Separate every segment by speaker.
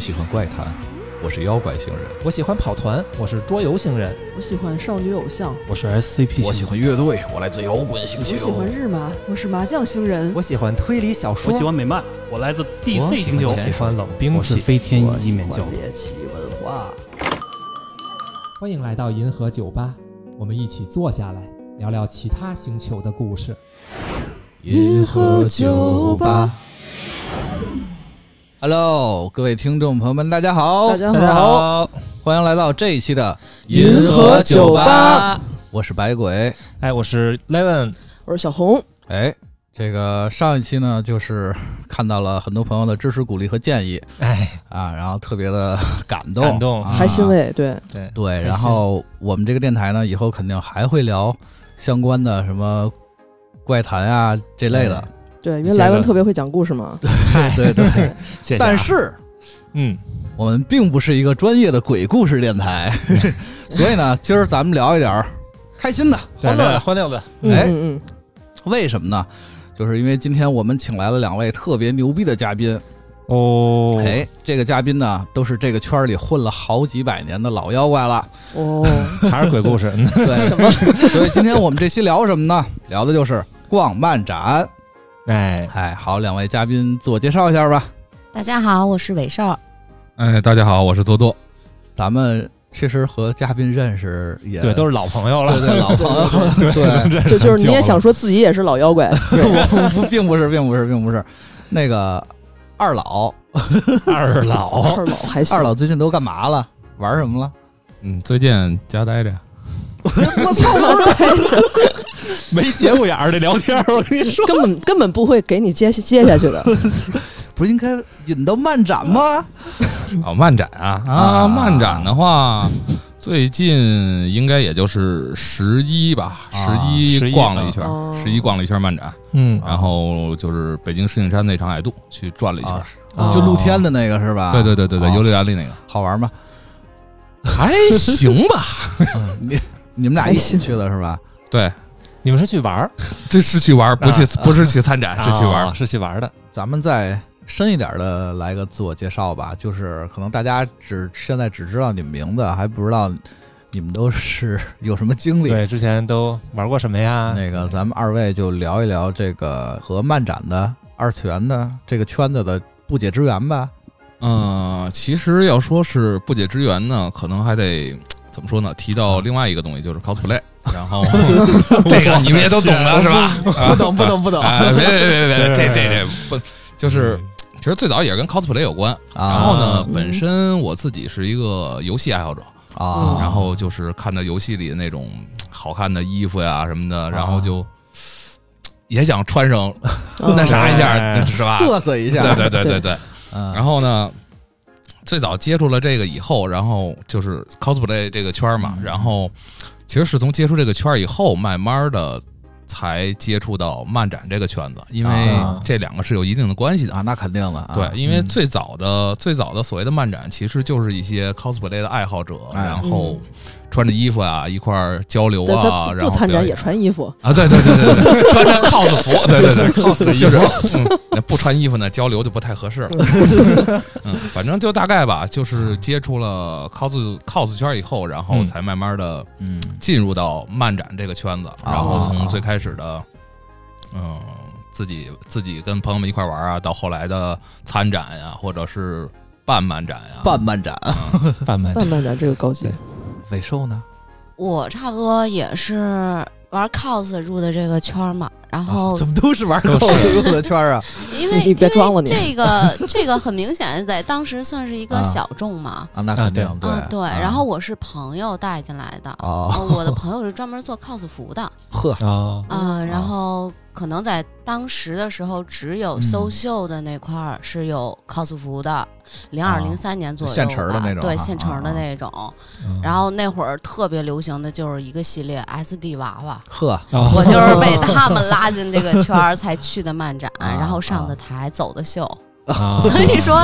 Speaker 1: 喜欢怪谈，我是妖怪星人，
Speaker 2: 我喜欢跑团，我是桌游星人，
Speaker 3: 我喜欢少女偶像，
Speaker 4: 我是 SCP，
Speaker 1: 我喜欢乐队，我来自摇滚
Speaker 3: 我
Speaker 1: 星
Speaker 3: 喜
Speaker 1: 球，
Speaker 3: 欢日麻，我是麻将星人，
Speaker 2: 我喜欢推理小
Speaker 4: 我
Speaker 2: 说，
Speaker 4: 喜欢美漫，我来自 DC 星球
Speaker 2: 我，喜欢冷兵
Speaker 4: 我是
Speaker 2: 器。
Speaker 4: 飞天
Speaker 3: 我
Speaker 4: 一
Speaker 3: 喜
Speaker 4: 面
Speaker 3: 欢
Speaker 4: 教主。
Speaker 3: 猎奇文化。
Speaker 2: 欢迎来到银河酒吧，我们一起坐下来聊聊其他星球的故事。
Speaker 3: 银河酒吧。
Speaker 1: Hello，各位听众朋友们，大家好，
Speaker 3: 大家好
Speaker 1: 好，欢迎来到这一期的
Speaker 3: 银河酒吧，
Speaker 1: 我是白鬼。
Speaker 4: 哎，我是
Speaker 2: Levin，
Speaker 3: 我是小红，
Speaker 1: 哎，这个上一期呢，就是看到了很多朋友的支持、鼓励和建议
Speaker 2: 哎，
Speaker 1: 啊，然后特别的感动，
Speaker 2: 感动
Speaker 1: 啊
Speaker 3: 还欣慰，对，
Speaker 2: 对
Speaker 1: 对，然后我们这个电台呢，以后肯定还会聊相关的什么怪谈啊这类的。
Speaker 3: 对，因
Speaker 2: 谢
Speaker 3: 为
Speaker 2: 谢
Speaker 3: 莱文特别会讲故事嘛。
Speaker 1: 对对对，
Speaker 2: 谢谢啊
Speaker 1: 但是
Speaker 2: 嗯，
Speaker 1: 我们并不是一个专业的鬼故事电 台，所以呢，今儿咱们聊一点儿开心的、欢乐的。
Speaker 2: 欢乐的，
Speaker 3: 嗯
Speaker 1: 哎
Speaker 3: 嗯
Speaker 1: 为什么呢？就是因为今天我们请来了两位特别牛逼的嘉宾。
Speaker 4: 哦，
Speaker 1: 哎，这个嘉宾呢，都是这个圈儿里混了好几百年的老妖怪了。
Speaker 3: 嗯，哦，
Speaker 4: 还是鬼故事。 嗯
Speaker 1: 对，什么？ 所以今天我们这期聊什么呢？聊的就是逛漫展。
Speaker 2: 哎，
Speaker 1: 哎，好，两位嘉宾自我介绍一下吧。
Speaker 5: 大家好，我是韦少。
Speaker 6: 哎，大家好，我是多多。
Speaker 1: 咱们其实和嘉宾认识也
Speaker 4: 对，都
Speaker 1: 是
Speaker 4: 是老朋友了
Speaker 1: 对。对老朋友， 对，
Speaker 3: 这就是你也想说自己也是老妖怪，
Speaker 1: 我不并不是，并不是，并不是。那个二老，
Speaker 4: 二哦老，
Speaker 3: 二老还行
Speaker 1: 二，老最近都干嘛了？玩什么了？
Speaker 6: 嗯，最近家待着呀，
Speaker 1: 我操！
Speaker 4: 没节骨眼儿的聊天儿，我跟你说。
Speaker 3: 根本根本不会给你接接下去的。
Speaker 1: 不是应该引到漫展吗？
Speaker 6: 哦，漫展啊
Speaker 1: 啊
Speaker 6: 啊，漫展的话，最近应该也就是十一吧，
Speaker 1: 啊
Speaker 6: 十一
Speaker 4: 11
Speaker 6: 逛了一圈
Speaker 3: 哦，
Speaker 6: 十一逛了一圈漫展，
Speaker 2: 嗯
Speaker 4: 啊
Speaker 6: 然后就是北京石景山那场矮度去转了一圈
Speaker 1: 啊。，就露天的那个是吧？
Speaker 6: 对对对对对，
Speaker 1: 啊
Speaker 6: 游乐园里那个
Speaker 1: 好玩吗？
Speaker 6: 还行吧？
Speaker 1: 你你们俩一起去的是吧？
Speaker 6: 对，
Speaker 4: 你们是去玩儿，
Speaker 6: 这是去玩，不去不是去参展，哦是去玩
Speaker 4: 啊，。是去玩儿的。
Speaker 1: 咱们再深一点的来个自我介绍吧，就是可能大家只现在只知道你们名字，还不知道你们都是 有什么经历。
Speaker 4: 对，之前都玩过什么
Speaker 6: 啊
Speaker 4: 呀？
Speaker 1: 那个，咱们二位就聊一聊这个和漫展的二次元的这个圈子的不解之缘吧。
Speaker 6: 嗯，其实要说是不解之缘呢，可能还得怎么说呢？提到另外一个东西，就是 cosplay。然 后这个你们也都懂的是吧？
Speaker 1: 不懂，不懂，不懂嗯
Speaker 6: 啊，别别别别，别这
Speaker 4: 对
Speaker 6: 这这不就是。其实最早也是跟 cosplay 有关，
Speaker 1: 啊
Speaker 6: 然后呢，本身我自己是一个游戏爱好者，
Speaker 1: 啊，
Speaker 6: 然后就是看到游戏里的那种好看的衣服呀什么的，然
Speaker 1: 啊
Speaker 6: 后就也想穿上
Speaker 1: 哦
Speaker 6: 那啥一下，
Speaker 4: 哎
Speaker 6: 是吧？
Speaker 1: 嘚瑟一下，嗯
Speaker 6: 对对对
Speaker 3: 对
Speaker 6: 对对，
Speaker 1: 然
Speaker 6: 然后呢，最早接触了这个以后，然后就是 cosplay 这个圈儿
Speaker 1: 嗯
Speaker 6: 嘛，然后其实是从接触这个圈儿以后，慢慢的才接触到漫展这个圈子，因为
Speaker 1: 啊
Speaker 6: 这两个是有一定的关系的。
Speaker 1: 啊，那肯定了啊，
Speaker 6: 对，因为
Speaker 1: 嗯
Speaker 6: 最早的、最早的所谓的漫展，其实就是一些 cosplay 的爱好者，
Speaker 1: 哎
Speaker 6: 然后穿着衣服啊，一块儿交流
Speaker 3: 对
Speaker 6: 啊
Speaker 3: 他，不
Speaker 6: 然
Speaker 3: 不
Speaker 6: 后
Speaker 3: 参
Speaker 6: 表
Speaker 3: 展
Speaker 6: 演
Speaker 3: 也穿衣服，
Speaker 6: 啊，对对对对对， 穿着 cos 服，对对对，cos 的就是、嗯那不穿衣服呢，交流就不太合适 了。嗯，反正就大概吧，就是接触了 cos cos 圈以后，然后
Speaker 4: 嗯
Speaker 6: 才慢慢的
Speaker 1: 嗯
Speaker 6: 进入到漫展这个圈子，然后从最开始的，嗯，自己自己跟朋友们一块玩啊，到后来的参展呀、或者是办漫展呀、
Speaker 1: 办漫展，
Speaker 6: 哦
Speaker 4: 贩卖
Speaker 3: 慢慢的这个高级，
Speaker 1: 尾兽呢？
Speaker 5: 我差不多也是玩 cos 入的这个圈儿嘛，然后
Speaker 1: 啊怎么都是玩 cos 用的圈儿啊？
Speaker 5: 因 为
Speaker 3: 你别装了你
Speaker 5: 因为这个这个很明显是在当时算是一
Speaker 1: 啊
Speaker 5: 个小众嘛，
Speaker 1: 啊，那肯定
Speaker 4: 啊
Speaker 5: 啊对，
Speaker 1: 啊
Speaker 5: 然后我是朋友带进来的，
Speaker 1: 哦，
Speaker 5: 呃我的朋友是专门做 cos 服 的
Speaker 1: 呵，
Speaker 4: 啊，
Speaker 1: 哦
Speaker 5: 啊，然后可能在当时的时候，只有
Speaker 1: 嗯
Speaker 5: 搜秀的那块儿是有 cos 服的，零
Speaker 1: 啊
Speaker 5: 二零三年左右
Speaker 1: 现成儿的
Speaker 5: 吧
Speaker 1: 那种啊
Speaker 5: 对，现成
Speaker 1: 啊
Speaker 5: 儿的
Speaker 1: 啊
Speaker 5: 那种。然后那会儿特别流行的就是一个系列 SD 娃娃，
Speaker 1: 呵，
Speaker 4: 啊
Speaker 5: 我就是被他们拉进这个圈儿才去的漫展，
Speaker 1: 啊
Speaker 5: 然后上的台，走的秀。
Speaker 4: 啊
Speaker 5: 所以 说，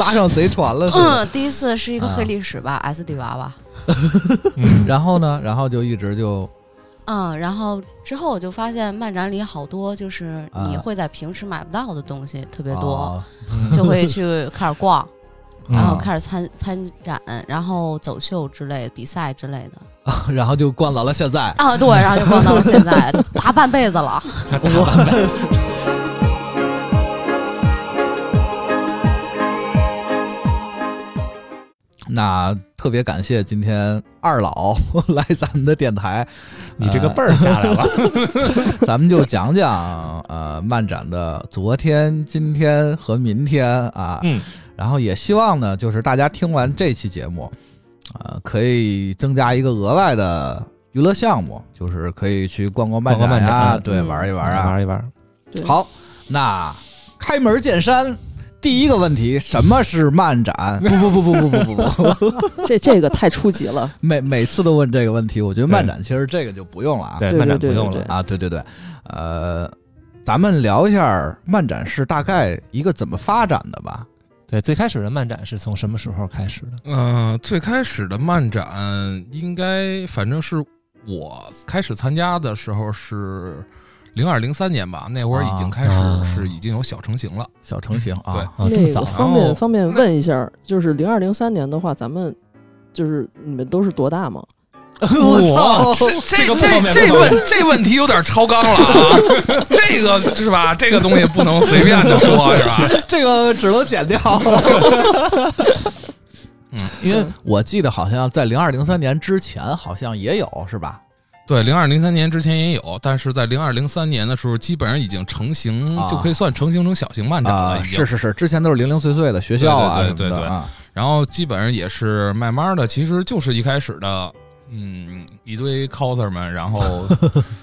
Speaker 1: 拉上贼船了似的。
Speaker 5: 嗯，第一次是一个黑历史吧，SD
Speaker 1: 啊
Speaker 5: 娃娃。
Speaker 4: 嗯
Speaker 1: 然后呢？然后就一直就
Speaker 5: 嗯，然后之后我就发现漫展里好多就是你
Speaker 1: 啊
Speaker 5: 会在平时买不到的东西特别多，
Speaker 1: 啊
Speaker 5: 就会去开始逛。
Speaker 4: 嗯
Speaker 5: 然后开始参参展，然后走秀之类的比赛之类 的。
Speaker 1: 然后就逛到了现在。
Speaker 5: 啊，对，然后就逛到了现在， 大半辈子了。
Speaker 1: 那特别感谢今天二老 来咱们的电台，呃
Speaker 4: 你这个辈儿下来了，
Speaker 1: 咱们就讲讲呃漫展的昨天、今天和明天啊。
Speaker 4: 嗯，
Speaker 1: 然后也希望呢，就是大家听完这期节目，呃，可以增加一个额外的娱乐项目，就是可以去逛逛漫
Speaker 4: 逛逛
Speaker 1: 展
Speaker 4: 漫
Speaker 1: 呀、
Speaker 4: 展
Speaker 1: 对，
Speaker 3: 嗯
Speaker 1: 玩一玩啊。
Speaker 4: 玩一玩。
Speaker 3: 对
Speaker 1: 好，那开门见山，第一个问题，什么是漫展？ 不不不不不不不不，
Speaker 3: 这这个太初级了。
Speaker 1: 每每次都问这个问题，我觉得漫展其实这个就不用了啊。
Speaker 4: 对，
Speaker 3: 对
Speaker 4: 漫展不
Speaker 3: 对对
Speaker 4: 用
Speaker 3: 对
Speaker 4: 了。
Speaker 1: 啊，对对对，呃，咱们聊一下漫展是大概一个怎么发展的吧。
Speaker 2: 对，最开始的漫展是从什么时候开始的？
Speaker 6: 嗯，最开始的漫展应该反正是我开始参加的时候是零二零三年吧，那会儿已经开
Speaker 2: 啊
Speaker 6: 始是已经有小成型了。
Speaker 1: 小成型啊，
Speaker 6: 对
Speaker 2: 啊，这么
Speaker 3: 那
Speaker 2: 早
Speaker 3: 个
Speaker 2: 啊
Speaker 3: 方
Speaker 6: 然后
Speaker 3: 便方便问一下，就是零二零三年的话，咱们就是你们都是多大吗？
Speaker 2: 啊
Speaker 1: 我操！
Speaker 6: 哦这
Speaker 4: 这个不方便不方
Speaker 6: 问这问题有点超纲了 啊！这个是吧？这个东西不能随便的说，是吧？
Speaker 1: 这个只能剪 掉，
Speaker 6: 嗯，
Speaker 1: 因为我记得好像在零二零三年之前好像也有是吧？
Speaker 6: 对，零二零三年之前也有，但是在零二零三年的时候，基本上已经成型，
Speaker 1: 啊
Speaker 6: 就可以算成型成小型漫展
Speaker 1: 啊、
Speaker 6: 了，已经。
Speaker 1: 是是是，之前都是零零碎碎的学校啊
Speaker 6: 对
Speaker 1: 什
Speaker 6: 对对
Speaker 1: 么的啊，
Speaker 6: 然后基本上也是慢慢的，其实就是一开始的，嗯，一堆 coser 们，然后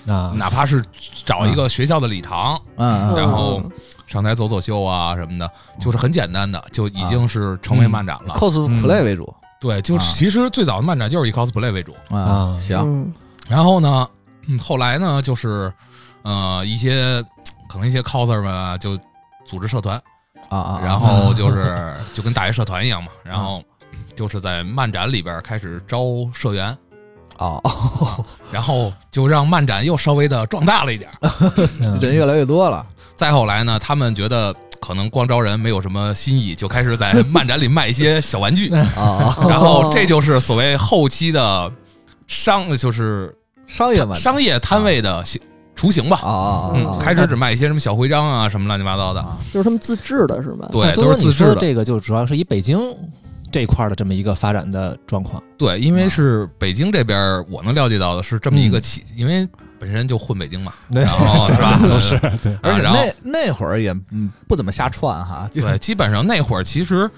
Speaker 2: 啊，
Speaker 6: 哪怕是找一个学校的礼堂，
Speaker 1: 嗯
Speaker 6: 然
Speaker 1: 嗯，
Speaker 6: 后
Speaker 3: 嗯
Speaker 6: 上台走走秀啊什么的，就是很简单的，就已经是成为漫展了。
Speaker 1: 嗯，cosplay 为主
Speaker 6: 对，就是
Speaker 1: 啊
Speaker 6: 其实最早的漫展就是以 cosplay 为主，
Speaker 1: 啊，
Speaker 2: 啊
Speaker 1: 行，
Speaker 3: 嗯
Speaker 6: 然后呢，嗯后来呢，就是呃一些可能一些 coser 们啊就组织社团，
Speaker 1: 啊啊，
Speaker 6: 然后就是 就跟大学社团一样嘛，然后
Speaker 1: 嗯
Speaker 6: 就是在漫展里边开始招社员，
Speaker 1: 哦，
Speaker 6: 然后就让漫展又稍微的壮大了一点儿。
Speaker 2: 嗯
Speaker 1: 人越来越多了，
Speaker 6: 再后来呢，他们觉得可能光招人没有什么新意，就开始在漫展里卖一些小玩具，
Speaker 1: 啊，
Speaker 3: 哦
Speaker 6: 然后这就是所谓后期的商，就是
Speaker 1: 商业嘛，
Speaker 6: 商业摊位的形雏形吧。
Speaker 1: 啊啊
Speaker 6: 嗯，开始只卖一些什么小徽章啊，什么乱七八糟的，
Speaker 1: 啊，
Speaker 3: 就是他们自制的是吧？
Speaker 6: 对，
Speaker 4: 哦
Speaker 2: 那多
Speaker 6: 都
Speaker 2: 多你
Speaker 6: 是自
Speaker 2: 说
Speaker 6: 制
Speaker 2: 的
Speaker 6: 的。
Speaker 2: 这个就主要是以北京这块儿的这么一个发展的状况。
Speaker 6: 对，因为是北京这边儿，我能了解到的是这么一个起，因为本身就混北京嘛，
Speaker 2: 对
Speaker 6: 然后是吧？
Speaker 2: 都是对
Speaker 1: 而
Speaker 6: 啊
Speaker 1: 且
Speaker 6: 然后
Speaker 1: 那那会儿也嗯不怎么瞎串哈，就
Speaker 6: 对，基本上那会儿其实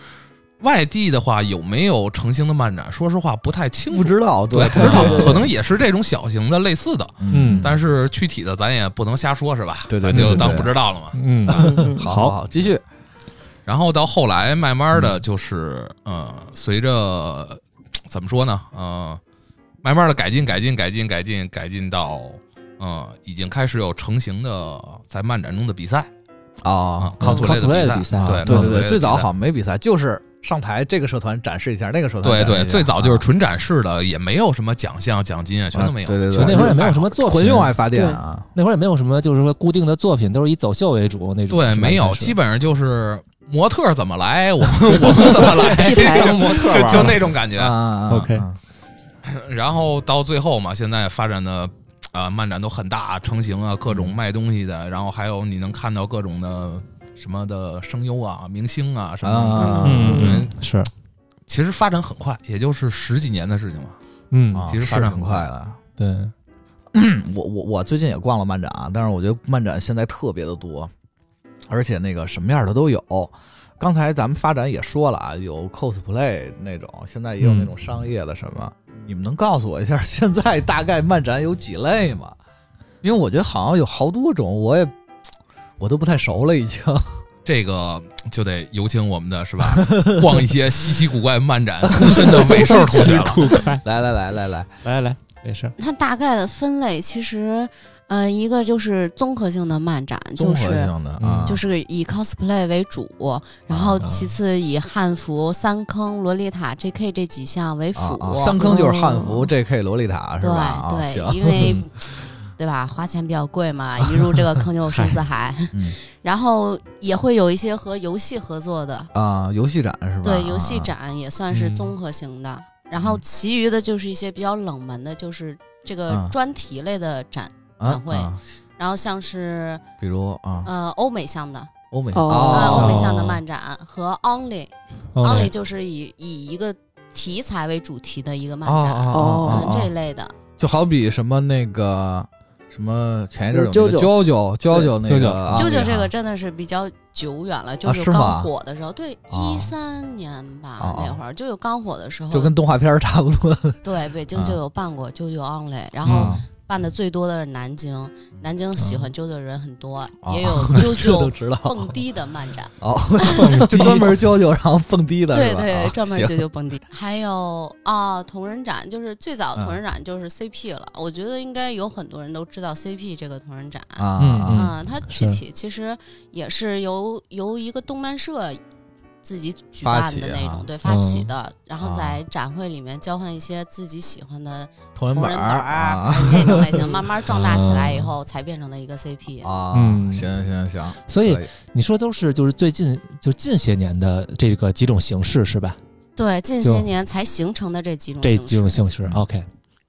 Speaker 6: 外地的话有没有成型的漫展，说实话不太清
Speaker 1: 不
Speaker 6: 楚。
Speaker 1: 知道，
Speaker 6: 对，不知
Speaker 3: 对
Speaker 6: 道
Speaker 3: 对，对
Speaker 6: 可能也是这种小型的类似的，
Speaker 2: 嗯
Speaker 6: 但是具体的咱也不能瞎说，是吧？
Speaker 1: 对对
Speaker 6: 咱
Speaker 1: 对
Speaker 6: 就
Speaker 1: 对
Speaker 6: 当
Speaker 1: 对
Speaker 6: 不知道了嘛。
Speaker 2: 嗯，
Speaker 3: 嗯嗯
Speaker 1: 好好好，继续
Speaker 6: 然后到后来慢慢的就是，
Speaker 1: 嗯
Speaker 6: 呃，随着怎么说呢，呃，慢慢的改进、改进、改进、改进、改进到，呃，已经开始有成型的在漫展中的比赛
Speaker 1: 啊
Speaker 6: 啊，cosplay
Speaker 2: ，cosplay 的
Speaker 6: 比
Speaker 2: 比赛
Speaker 6: 对
Speaker 2: 啊
Speaker 1: 对
Speaker 6: cosplay
Speaker 1: 对
Speaker 6: 的
Speaker 1: 对，
Speaker 6: 比
Speaker 1: 最早
Speaker 6: 赛
Speaker 1: 好像没比赛，就是上台这个社团展示一下，那个社团
Speaker 6: 对
Speaker 1: 展示一
Speaker 6: 对，
Speaker 1: 下
Speaker 6: 最早就是
Speaker 1: 啊
Speaker 6: 纯展示的，也没有什么奖项、奖金啊，全都没有。
Speaker 1: 啊对对对
Speaker 6: 全
Speaker 2: 那
Speaker 6: 都是
Speaker 2: 会儿也没有
Speaker 6: 爱
Speaker 2: 什
Speaker 6: 好
Speaker 2: 么作品，
Speaker 1: 混用爱发电啊，
Speaker 2: 那会儿也没有什么就是说固定的作品，都是以走秀为主那种。
Speaker 6: 对，
Speaker 2: 是吧
Speaker 6: 没
Speaker 2: 应
Speaker 6: 有，
Speaker 2: 该是
Speaker 6: 基本上就是模特儿怎么 来，我们 我们怎么来，
Speaker 3: T 台
Speaker 6: 就
Speaker 4: 模特
Speaker 6: 就
Speaker 4: 玩
Speaker 6: 就那种感觉
Speaker 1: 啊。啊
Speaker 2: OK
Speaker 1: 啊
Speaker 6: 然后到最后嘛，现在发展的啊、呃漫展都很大，成型啊，各
Speaker 1: 嗯
Speaker 6: 种卖东西的，然后还有你能看到各种的什么的声优啊、明星啊什
Speaker 1: 啊
Speaker 6: 么的。
Speaker 1: 啊
Speaker 4: 嗯
Speaker 6: 嗯，
Speaker 2: 是
Speaker 6: 其实发展很快，也就是十几年的事情嘛。
Speaker 2: 嗯
Speaker 1: 啊，
Speaker 6: 其实发
Speaker 1: 是
Speaker 6: 展
Speaker 1: 挺
Speaker 6: 很
Speaker 1: 快
Speaker 6: 快
Speaker 1: 的。嗯
Speaker 2: 对
Speaker 1: 我我我最近也逛了漫展啊，但是我觉得漫展现在特别的多，而且那个什么样的都有。刚才咱们发展也说了啊，有 cosplay 那种，现在也有
Speaker 2: 嗯
Speaker 1: 那种商业的什么。你们能告诉我一下，现在大概漫展有几类吗？因为我觉得好像有好多种，我也我都不太熟了，已经。
Speaker 6: 这个就得有请我们的是吧？逛一些稀奇古怪漫展资深的美兽同学了。
Speaker 2: 快
Speaker 1: 来来来来来，
Speaker 2: 来来没事，
Speaker 5: 它大概的分类其实，呃，一个就是综合性的漫展，
Speaker 1: 综
Speaker 5: 就
Speaker 1: 合
Speaker 5: 是
Speaker 1: 性的
Speaker 2: 嗯
Speaker 1: 啊，
Speaker 5: 就是以 cosplay 为主，然后其次以汉服、三坑、洛丽塔、J.K. 这几项为
Speaker 1: 啊
Speaker 5: 辅。
Speaker 1: 啊三坑就是汉服、J.K. 洛丽塔是
Speaker 5: 对
Speaker 1: 吧？啊
Speaker 5: 嗯对，
Speaker 1: 行，
Speaker 5: 因为对吧，花钱比较贵嘛，一入这个坑就深似海。
Speaker 1: 嗯
Speaker 5: 然后也会有一些和游戏合作的，
Speaker 1: 啊，游戏展是吧？
Speaker 5: 对，游戏
Speaker 1: 啊，
Speaker 5: 展也算是
Speaker 2: 嗯
Speaker 5: 综合型的。然后其余的就是一些比较冷门的，就是这个
Speaker 1: 嗯
Speaker 5: 专题类的展。
Speaker 1: 啊
Speaker 5: 展会
Speaker 1: 啊
Speaker 5: 然后像是
Speaker 1: 比如啊，
Speaker 5: 呃欧美向的，
Speaker 1: 欧美
Speaker 3: 哦
Speaker 5: 呃
Speaker 1: 啊
Speaker 5: 欧美
Speaker 2: 哦
Speaker 5: 向的漫展和 Only，Only、
Speaker 2: 哦
Speaker 5: Only 就是以以一个题材为主题的一个漫
Speaker 1: 啊
Speaker 5: 展，
Speaker 1: 啊
Speaker 5: 嗯
Speaker 1: 啊，
Speaker 5: 这一类的。
Speaker 1: 就好比什么那个什么前一阵儿有
Speaker 3: 啾
Speaker 1: 那个啾啾啾啾那
Speaker 4: 啾啾
Speaker 1: 个啊
Speaker 5: 舅舅这
Speaker 1: 那
Speaker 5: 个真的是比较久远了，就是
Speaker 1: 啊是吗
Speaker 5: 刚火的时候，对，
Speaker 1: 哦
Speaker 5: 一三年吧
Speaker 1: 哦
Speaker 5: 那会儿，舅舅刚火的时候，
Speaker 1: 就跟动画片儿差不多。
Speaker 5: 对北京
Speaker 1: 啊
Speaker 5: 就有办过舅舅 Only，然
Speaker 2: 嗯
Speaker 5: 后
Speaker 1: 啊
Speaker 5: 办的最多的是南京，南京喜欢啾啾的人很多，
Speaker 1: 啊
Speaker 5: 也有啾
Speaker 1: 嗯这都
Speaker 5: 啾
Speaker 1: 知道
Speaker 5: 蹦迪的 漫展，
Speaker 1: 哦，就专门啾啾，然后蹦迪的
Speaker 5: 对
Speaker 1: 是吧
Speaker 5: 对
Speaker 1: 啊，
Speaker 5: 专门
Speaker 1: 行
Speaker 5: 啾啾蹦迪，还有啊同人展，就是最早
Speaker 1: 嗯
Speaker 5: 同人展就是 CP 了，我觉得应该有很多人都知道 CP 这个同人展。
Speaker 1: 啊
Speaker 4: 嗯
Speaker 1: 啊
Speaker 4: 嗯
Speaker 1: 啊
Speaker 5: 嗯，它具
Speaker 2: 是
Speaker 5: 体其实也是由由一个动漫社自己举
Speaker 1: 发
Speaker 5: 办
Speaker 1: 起
Speaker 5: 的那
Speaker 1: 啊
Speaker 5: 种，对，发起
Speaker 2: 嗯
Speaker 5: 的，然后
Speaker 1: 啊
Speaker 5: 在展会里面交换一些自己喜欢的
Speaker 1: 同人
Speaker 5: 同
Speaker 1: 本
Speaker 5: 人本
Speaker 1: 儿
Speaker 5: 儿
Speaker 1: 啊
Speaker 5: 这种类型，慢慢壮大起来以
Speaker 2: 啊
Speaker 5: 后才变成的一个 CP。
Speaker 1: 啊，
Speaker 2: 嗯
Speaker 1: 行行行，
Speaker 2: 所以
Speaker 1: 可以
Speaker 2: 你说都是就是最近就近些年的这个几种形式是吧？
Speaker 5: 对，近
Speaker 2: 就
Speaker 5: 些年才形成的这几种
Speaker 2: 这
Speaker 5: 哦形
Speaker 2: 几种
Speaker 5: 式。
Speaker 2: 形式
Speaker 1: 嗯
Speaker 2: ，OK，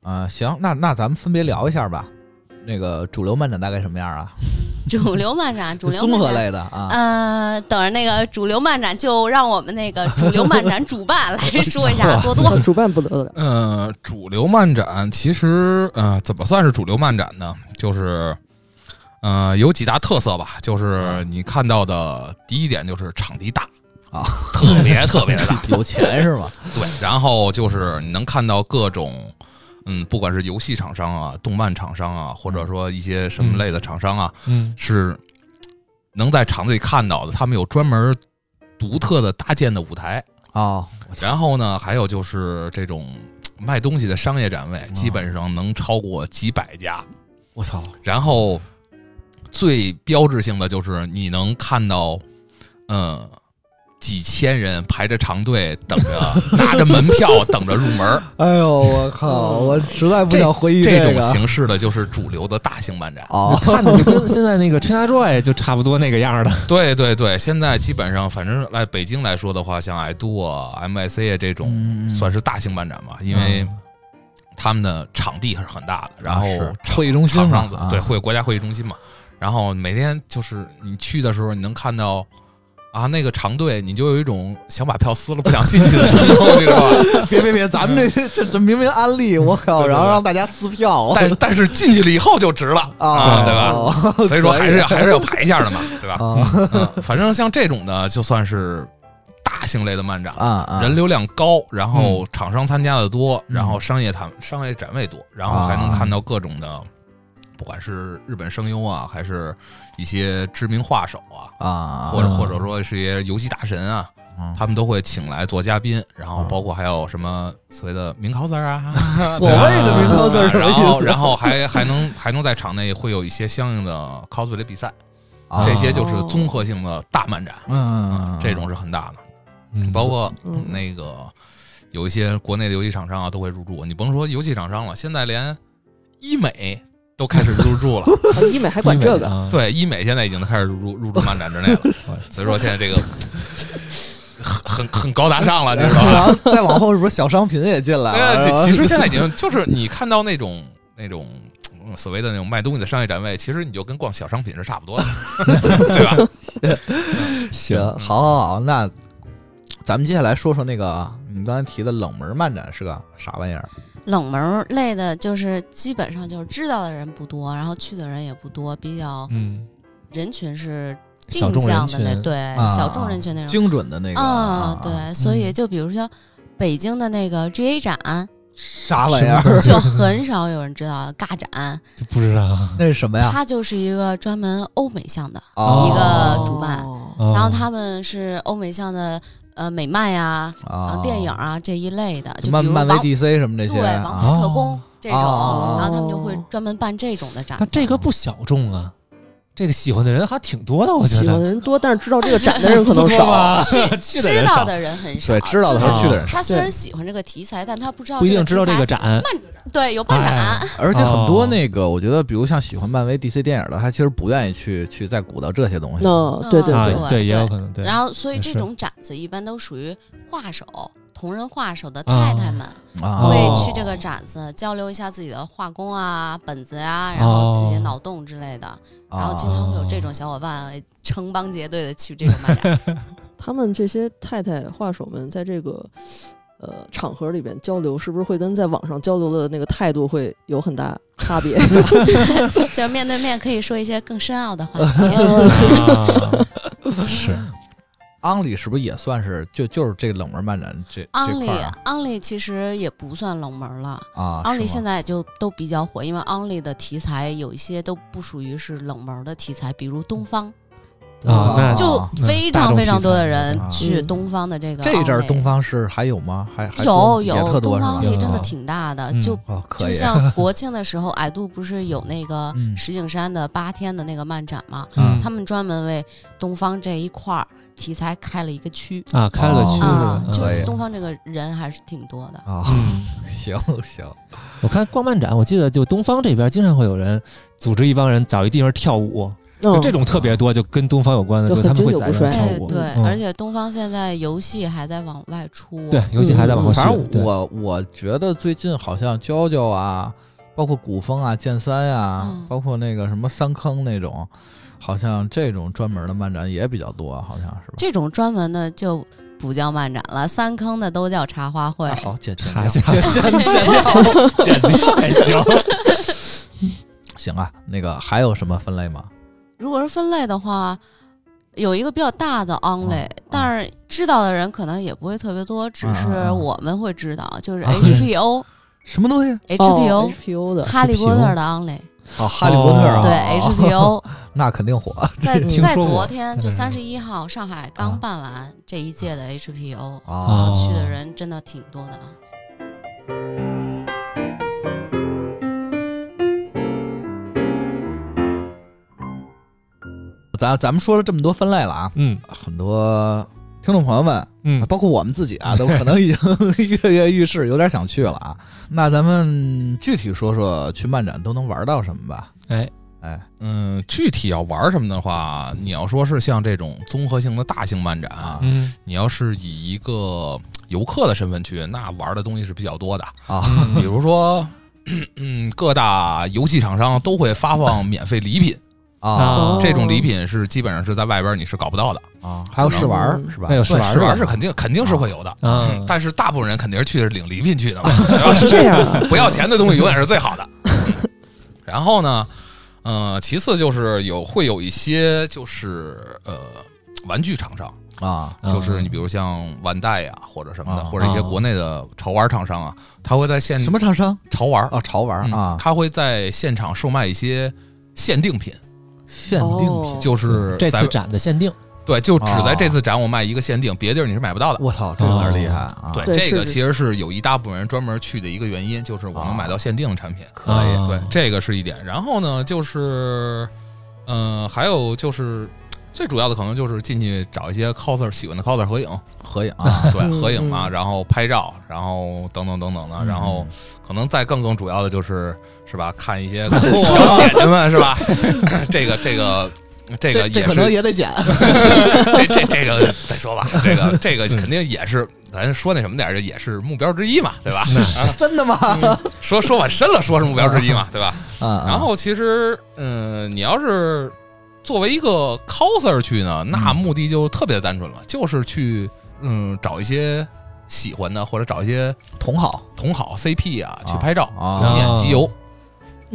Speaker 1: 啊，行，那那咱们分别聊一下吧。那个主流漫展大概什么样啊？
Speaker 5: 主流漫展，主
Speaker 1: 就
Speaker 5: 流
Speaker 1: 综
Speaker 5: 漫
Speaker 1: 合
Speaker 5: 展
Speaker 1: 类的啊
Speaker 5: 呃，等着那个主流漫展，就让我们那个主流漫展主办来说 一下，多多
Speaker 3: 哦主办不得了，
Speaker 6: 呃，主流漫展其实呃，怎么算是主流漫展呢？就是呃，有几大特色吧，就是你看到的第一点就是场地大
Speaker 1: 啊，
Speaker 6: 特别特别的大，
Speaker 1: 有钱是吗？
Speaker 6: 对，然后就是你能看到各种。嗯，不管是游戏厂商啊、动漫厂商啊，或者说一些什么类的厂商啊，
Speaker 2: 嗯
Speaker 6: 是能在场子里看到的。他们有专门独特的搭建的舞台，
Speaker 1: 啊，
Speaker 6: 然后呢，还有就是这种卖东西的商业展位，基本上能超过几百家。
Speaker 1: 我操，
Speaker 6: 然后最标志性的就是你能看到，呃，几千人排着长队，等着拿着门票等着入门。
Speaker 1: 哎呦，我靠，我实在不想回忆
Speaker 6: 这
Speaker 1: 个
Speaker 6: 种形式的就是主流的大型漫展。
Speaker 1: 哦，
Speaker 2: 看着就跟现在那个 ChinaJoy 就差不多那个样儿的，
Speaker 6: 对对对，现在基本上，反正来北京来说的话，像爱度啊、MIC 啊这种，
Speaker 1: 嗯
Speaker 6: 算是大型漫展吧，因为他们的场地还是很大的，然后
Speaker 1: 啊是会议中心
Speaker 6: 厂
Speaker 1: 嘛
Speaker 6: 商的，
Speaker 1: 啊
Speaker 6: 对，会有国家会议中心嘛。然后每天就是你去的时候，你能看到啊那个长队，你就有一种想把票撕了不想进去的冲动， 你知道吧？
Speaker 1: 别别别，咱们这这这明明安利，我靠，
Speaker 6: 嗯对对对
Speaker 1: 然后让大家撕票
Speaker 6: 但但是进去了以后就值了
Speaker 1: 哦
Speaker 6: 啊，对吧？
Speaker 1: 吧？
Speaker 6: 所以说还 是要还是要排一下的嘛，对吧？
Speaker 1: 哦啊
Speaker 6: 嗯，反正像这种的就算是大型类的漫展了
Speaker 1: 啊啊！
Speaker 6: 人流量高，然后厂商参加的多，
Speaker 1: 嗯啊
Speaker 6: 然后商业谈商业展位多，然后还能看到各种的，不管是日本声优啊，还是一些知名画手啊，
Speaker 1: 啊，
Speaker 6: 或者或者说是一些游戏大神啊，
Speaker 1: 嗯
Speaker 6: 他们都会请来做嘉宾，然后包括还有什么所谓的名 coser 啊，
Speaker 1: 所谓的名 coser 是什么
Speaker 6: 然
Speaker 1: 意思
Speaker 6: 后嗯然后还还能还能在场内会有一些相应的 cosplay 的比赛，
Speaker 1: 啊
Speaker 6: 这些就是综合性的大漫展，
Speaker 1: 嗯
Speaker 6: 这种是很大的。
Speaker 2: 嗯
Speaker 6: 包括
Speaker 3: 嗯
Speaker 6: 那个有一些国内的游戏厂商啊都会入驻，你甭说游戏厂商了，现在连医美都开始入 驻了。
Speaker 3: 啊医美还管这个，
Speaker 5: 嗯
Speaker 2: 个，
Speaker 6: 对，医美现在已经开始入入驻漫展 之内了，
Speaker 1: 哎
Speaker 6: 所以说现在这个 很很很高大上了，你知道 吧？
Speaker 1: 然后再往后是不是小商品也进来
Speaker 6: 对
Speaker 1: 了？
Speaker 6: 啊，其实现在已经就是你看到那种那种。嗯所谓的那种卖东西的商业展位，其实你就跟逛小商品是差不多 的，对吧？
Speaker 1: 行，好好好，那咱们接下来说说那个你刚才提的冷门漫展是个啥玩意儿？
Speaker 5: 冷门儿类的，就是基本上就是知道的人不多，然后去的人也不多，比较
Speaker 2: 嗯，
Speaker 5: 人群是
Speaker 2: 小
Speaker 5: 定
Speaker 2: 众人
Speaker 5: 向的那
Speaker 2: 群，
Speaker 5: 对、
Speaker 1: 啊
Speaker 5: 哎小众人群那种。
Speaker 1: 精准的那个
Speaker 5: 啊，对，所以
Speaker 2: 嗯
Speaker 5: 就比如说北京的那个 GA 展，
Speaker 1: 啥玩意儿？
Speaker 5: 就很少有人知道尬展，
Speaker 2: 就不知道。
Speaker 1: 那是什么呀？
Speaker 5: 它就是一个专门欧美向的，
Speaker 1: 哦
Speaker 5: 一个呃主办
Speaker 3: 哦
Speaker 2: 然
Speaker 5: 然后他们是欧美向的呃美漫呀、啊
Speaker 1: 啊
Speaker 5: 电影啊这一类的，就
Speaker 1: 漫
Speaker 5: 比如
Speaker 1: 漫威、
Speaker 5: 王
Speaker 1: DC 什么这
Speaker 5: 对
Speaker 1: 些
Speaker 5: 王
Speaker 1: 啊
Speaker 5: 牌特工
Speaker 2: 哦
Speaker 5: 这种，
Speaker 1: 哦
Speaker 5: 然后他们就会专门办这种的展
Speaker 2: 但
Speaker 5: 子。
Speaker 2: 这个不小众啊，这个喜欢的人还挺多的，我觉
Speaker 3: 哦喜欢
Speaker 2: 得
Speaker 3: 的人多，但是知道这个展的人可
Speaker 2: 不
Speaker 3: 能
Speaker 2: 多
Speaker 3: 少。
Speaker 2: 吧，去的
Speaker 5: 知
Speaker 2: 啊人
Speaker 5: 道
Speaker 2: 少，
Speaker 5: 的人很少，
Speaker 1: 对，知道的
Speaker 5: 就是
Speaker 1: 和去的人，
Speaker 5: 他虽然喜欢这个题材，但他不知道
Speaker 2: 不一定知道这
Speaker 5: 题
Speaker 2: 个
Speaker 5: 材
Speaker 2: 展。
Speaker 5: 对有办展，
Speaker 2: 哎
Speaker 1: 而且很
Speaker 2: 哦
Speaker 1: 多那个，我觉得，比如像喜欢漫威、DC 电影的，他其实不愿意去去再鼓捣这些东西。
Speaker 3: 那对对
Speaker 5: 啊
Speaker 3: 对，
Speaker 2: 啊，对，
Speaker 5: 对
Speaker 2: 也有可能对。
Speaker 5: 然后所以
Speaker 2: 也
Speaker 5: 这
Speaker 2: 是
Speaker 5: 种展子一般都属于画手、同人画手的
Speaker 2: 啊
Speaker 5: 太太们
Speaker 1: 啊，
Speaker 5: 会
Speaker 2: 哦
Speaker 5: 去这个展子交流一下自己的画工啊、本子呀、然后自己
Speaker 2: 哦
Speaker 5: 的脑洞之类的，
Speaker 1: 啊
Speaker 5: 然后经常会有这种小伙伴哎成帮结队的去这个漫 展。
Speaker 3: 他们这些太太画手们在这个呃场合里边交流，是不是会跟在网上交流的那个态度会有很大差别？
Speaker 5: 就面对面可以说一些更深奥的话
Speaker 2: 啊是
Speaker 1: 安利是不是也算是就就是这个冷门漫展这
Speaker 5: 安
Speaker 1: 这
Speaker 5: 利
Speaker 1: 块儿，
Speaker 5: 安利其实也不算冷门了。
Speaker 1: 啊？
Speaker 5: 安利
Speaker 1: 是
Speaker 5: 现
Speaker 1: 吗
Speaker 5: 在就都比较火，因为安利的题材有一些都不属于是冷门的题材，比如东方，
Speaker 2: 啊，那
Speaker 5: 就非常非常多的人
Speaker 1: 啊
Speaker 5: 去东方的这个。
Speaker 1: 这一阵儿东方是还有吗？还还多
Speaker 5: 有
Speaker 1: 吗也特多
Speaker 5: 有东
Speaker 1: 是
Speaker 5: 方
Speaker 1: 吧？
Speaker 5: 力真的
Speaker 2: 嗯
Speaker 5: 挺大的，
Speaker 2: 嗯
Speaker 5: 就
Speaker 1: 哦，可
Speaker 5: 就
Speaker 1: 以。
Speaker 5: 像国庆的时候，矮度不是有那个
Speaker 1: 嗯
Speaker 5: 石景山的八天的那个漫展嘛？
Speaker 1: 嗯
Speaker 5: 他们专门为东方这一块儿题材开了一个区
Speaker 2: 啊开了个区
Speaker 5: 啊，
Speaker 2: 是
Speaker 5: 就
Speaker 1: 嗯
Speaker 2: 吧？
Speaker 1: 可以
Speaker 5: 是东方这个人还是挺多的。
Speaker 1: 啊，行行，
Speaker 2: 我看逛漫展，我记得就东方这边经常会有人组织一帮人找一地方跳舞，就
Speaker 3: 嗯，
Speaker 2: 这种特别多，就跟东方有关的，
Speaker 3: 就
Speaker 2: 就
Speaker 3: 很
Speaker 2: 他们会
Speaker 3: 经久
Speaker 2: 在
Speaker 3: 不
Speaker 2: 那
Speaker 3: 衰
Speaker 2: 儿跳
Speaker 5: 哎，
Speaker 2: 舞，
Speaker 5: 对，
Speaker 2: 嗯
Speaker 5: 而且东方现在游戏还在往外出，
Speaker 2: 对，尤其还在往后
Speaker 1: 嗯
Speaker 2: 续，
Speaker 1: 反正
Speaker 2: 对
Speaker 1: 我我觉得最近好像娇娇啊，包括古风啊、剑三呀、
Speaker 5: 嗯
Speaker 1: 包括那个什么三坑那种，好像这种专门的漫展也比较多，好像是吧？
Speaker 5: 这种专门的就不叫漫展了，三坑的都叫茶话 会
Speaker 1: 啊。好，剪剪
Speaker 2: 查
Speaker 1: 掉
Speaker 2: 一下，
Speaker 4: 剪掉还行。
Speaker 1: 行啊。那个还有什么分类吗？
Speaker 5: 如果是分类的话，有一个比较大的 on
Speaker 1: 哦
Speaker 5: 类，但是知道的人可能也不会特别多，只
Speaker 1: 嗯
Speaker 5: 是我们会知道，就是
Speaker 1: 啊
Speaker 5: HPO、
Speaker 1: 什么东西？
Speaker 3: 哦
Speaker 5: HPO、
Speaker 3: HPO 的，
Speaker 5: 哈利波特的 on 类，
Speaker 1: 哦， 哈利波特啊，
Speaker 5: 对
Speaker 1: 哦
Speaker 5: HPO，
Speaker 1: 那肯定火。
Speaker 5: 在
Speaker 2: 听
Speaker 5: 在
Speaker 2: 说过
Speaker 5: 昨天就
Speaker 2: 嗯
Speaker 5: 三十一号，上海
Speaker 1: 啊
Speaker 5: 刚办完这一届的 HPO，
Speaker 1: 啊
Speaker 5: 去的人真的挺多的啊。
Speaker 1: 咱咱们说了这么多分类了啊，
Speaker 2: 嗯
Speaker 1: 很多听众朋友们，
Speaker 2: 嗯，
Speaker 1: 包括我们自己啊，都可能已经跃跃欲试，有点想去了啊。那咱们具体说说去漫展都能玩到什么吧？
Speaker 2: 哎，
Speaker 1: 哎，
Speaker 6: 嗯，具体要玩什么的话，你要说是像这种综合性的大型漫展
Speaker 1: 啊
Speaker 2: 嗯
Speaker 6: 你要是以一个游客的身份去，那玩的东西是比较多的，
Speaker 1: 啊，
Speaker 6: 比如说。 嗯，各大游戏厂商都会发放免费礼品，
Speaker 1: 啊
Speaker 3: 哦
Speaker 6: 这种礼品是基本上是在外边你是搞不到的。
Speaker 1: 啊，还有试玩儿是吧
Speaker 2: 那？有
Speaker 6: 对，
Speaker 2: 玩
Speaker 6: 试玩
Speaker 2: 玩
Speaker 6: 是肯定肯定是会有的，
Speaker 2: 啊
Speaker 6: 嗯但是大部分人肯定是去领礼品去的嘛，，
Speaker 3: 是这样啊
Speaker 6: 不要钱的东西永远是最好的。然后呢，呃，其次就是有会有一些就是呃玩具厂商，
Speaker 1: 啊
Speaker 2: 嗯
Speaker 6: 就是你比如像万代呀、或者什么的，
Speaker 1: 啊
Speaker 6: 或者一些
Speaker 2: 啊
Speaker 6: 国内的潮玩厂商啊，他会在现
Speaker 1: 什么厂商
Speaker 6: 潮玩
Speaker 1: 啊？潮玩
Speaker 6: 嗯
Speaker 1: 儿啊，
Speaker 6: 他会在现场售卖一些限定品，
Speaker 1: 限定品
Speaker 3: 哦，
Speaker 6: 就是
Speaker 2: 这次
Speaker 6: 在
Speaker 2: 展的限定，
Speaker 6: 对，就只在
Speaker 1: 哦
Speaker 6: 这次展我卖一个限定，别地儿你是买不到的。
Speaker 1: 我操，这有点厉害啊！
Speaker 6: 对，
Speaker 3: 对
Speaker 6: 这
Speaker 3: 是
Speaker 6: 个
Speaker 3: 是
Speaker 6: 其实是有一大部分人专门去的一个原因，就是我能买到限定的产品。
Speaker 1: 可以
Speaker 2: 啊
Speaker 6: 对，这个是一点。然后呢，就是，嗯，还有就是。最主要的可能就是进去找一些 coser 喜欢的 coser 合影，
Speaker 1: 合影啊，
Speaker 6: 对，
Speaker 3: 嗯
Speaker 6: 合影嘛，
Speaker 3: 嗯
Speaker 6: 然后拍照，然后等等等等的，然后可能再更更主要的就是是吧，看一些小姐姐们是吧， 这个这个这个
Speaker 1: 这
Speaker 6: 也
Speaker 1: 可
Speaker 6: 是
Speaker 1: 能也得剪
Speaker 6: 这这这个再说吧，这个这个肯定也是咱说那什么点儿，也是目标之一嘛，对吧？啊
Speaker 1: 真的吗？
Speaker 6: 说说往深了说是目标之一嘛，对吧？
Speaker 1: 啊，
Speaker 6: 然后其实，嗯，你要是作为一个 coser 去呢，那
Speaker 1: 嗯
Speaker 6: 目的就特别单纯了，就是去嗯找一些喜欢的或者找一些
Speaker 1: 同好
Speaker 6: 同好 CP 啊
Speaker 1: 啊
Speaker 6: 去拍照，
Speaker 1: 啊
Speaker 2: 啊，
Speaker 6: 演集邮。
Speaker 3: 嗯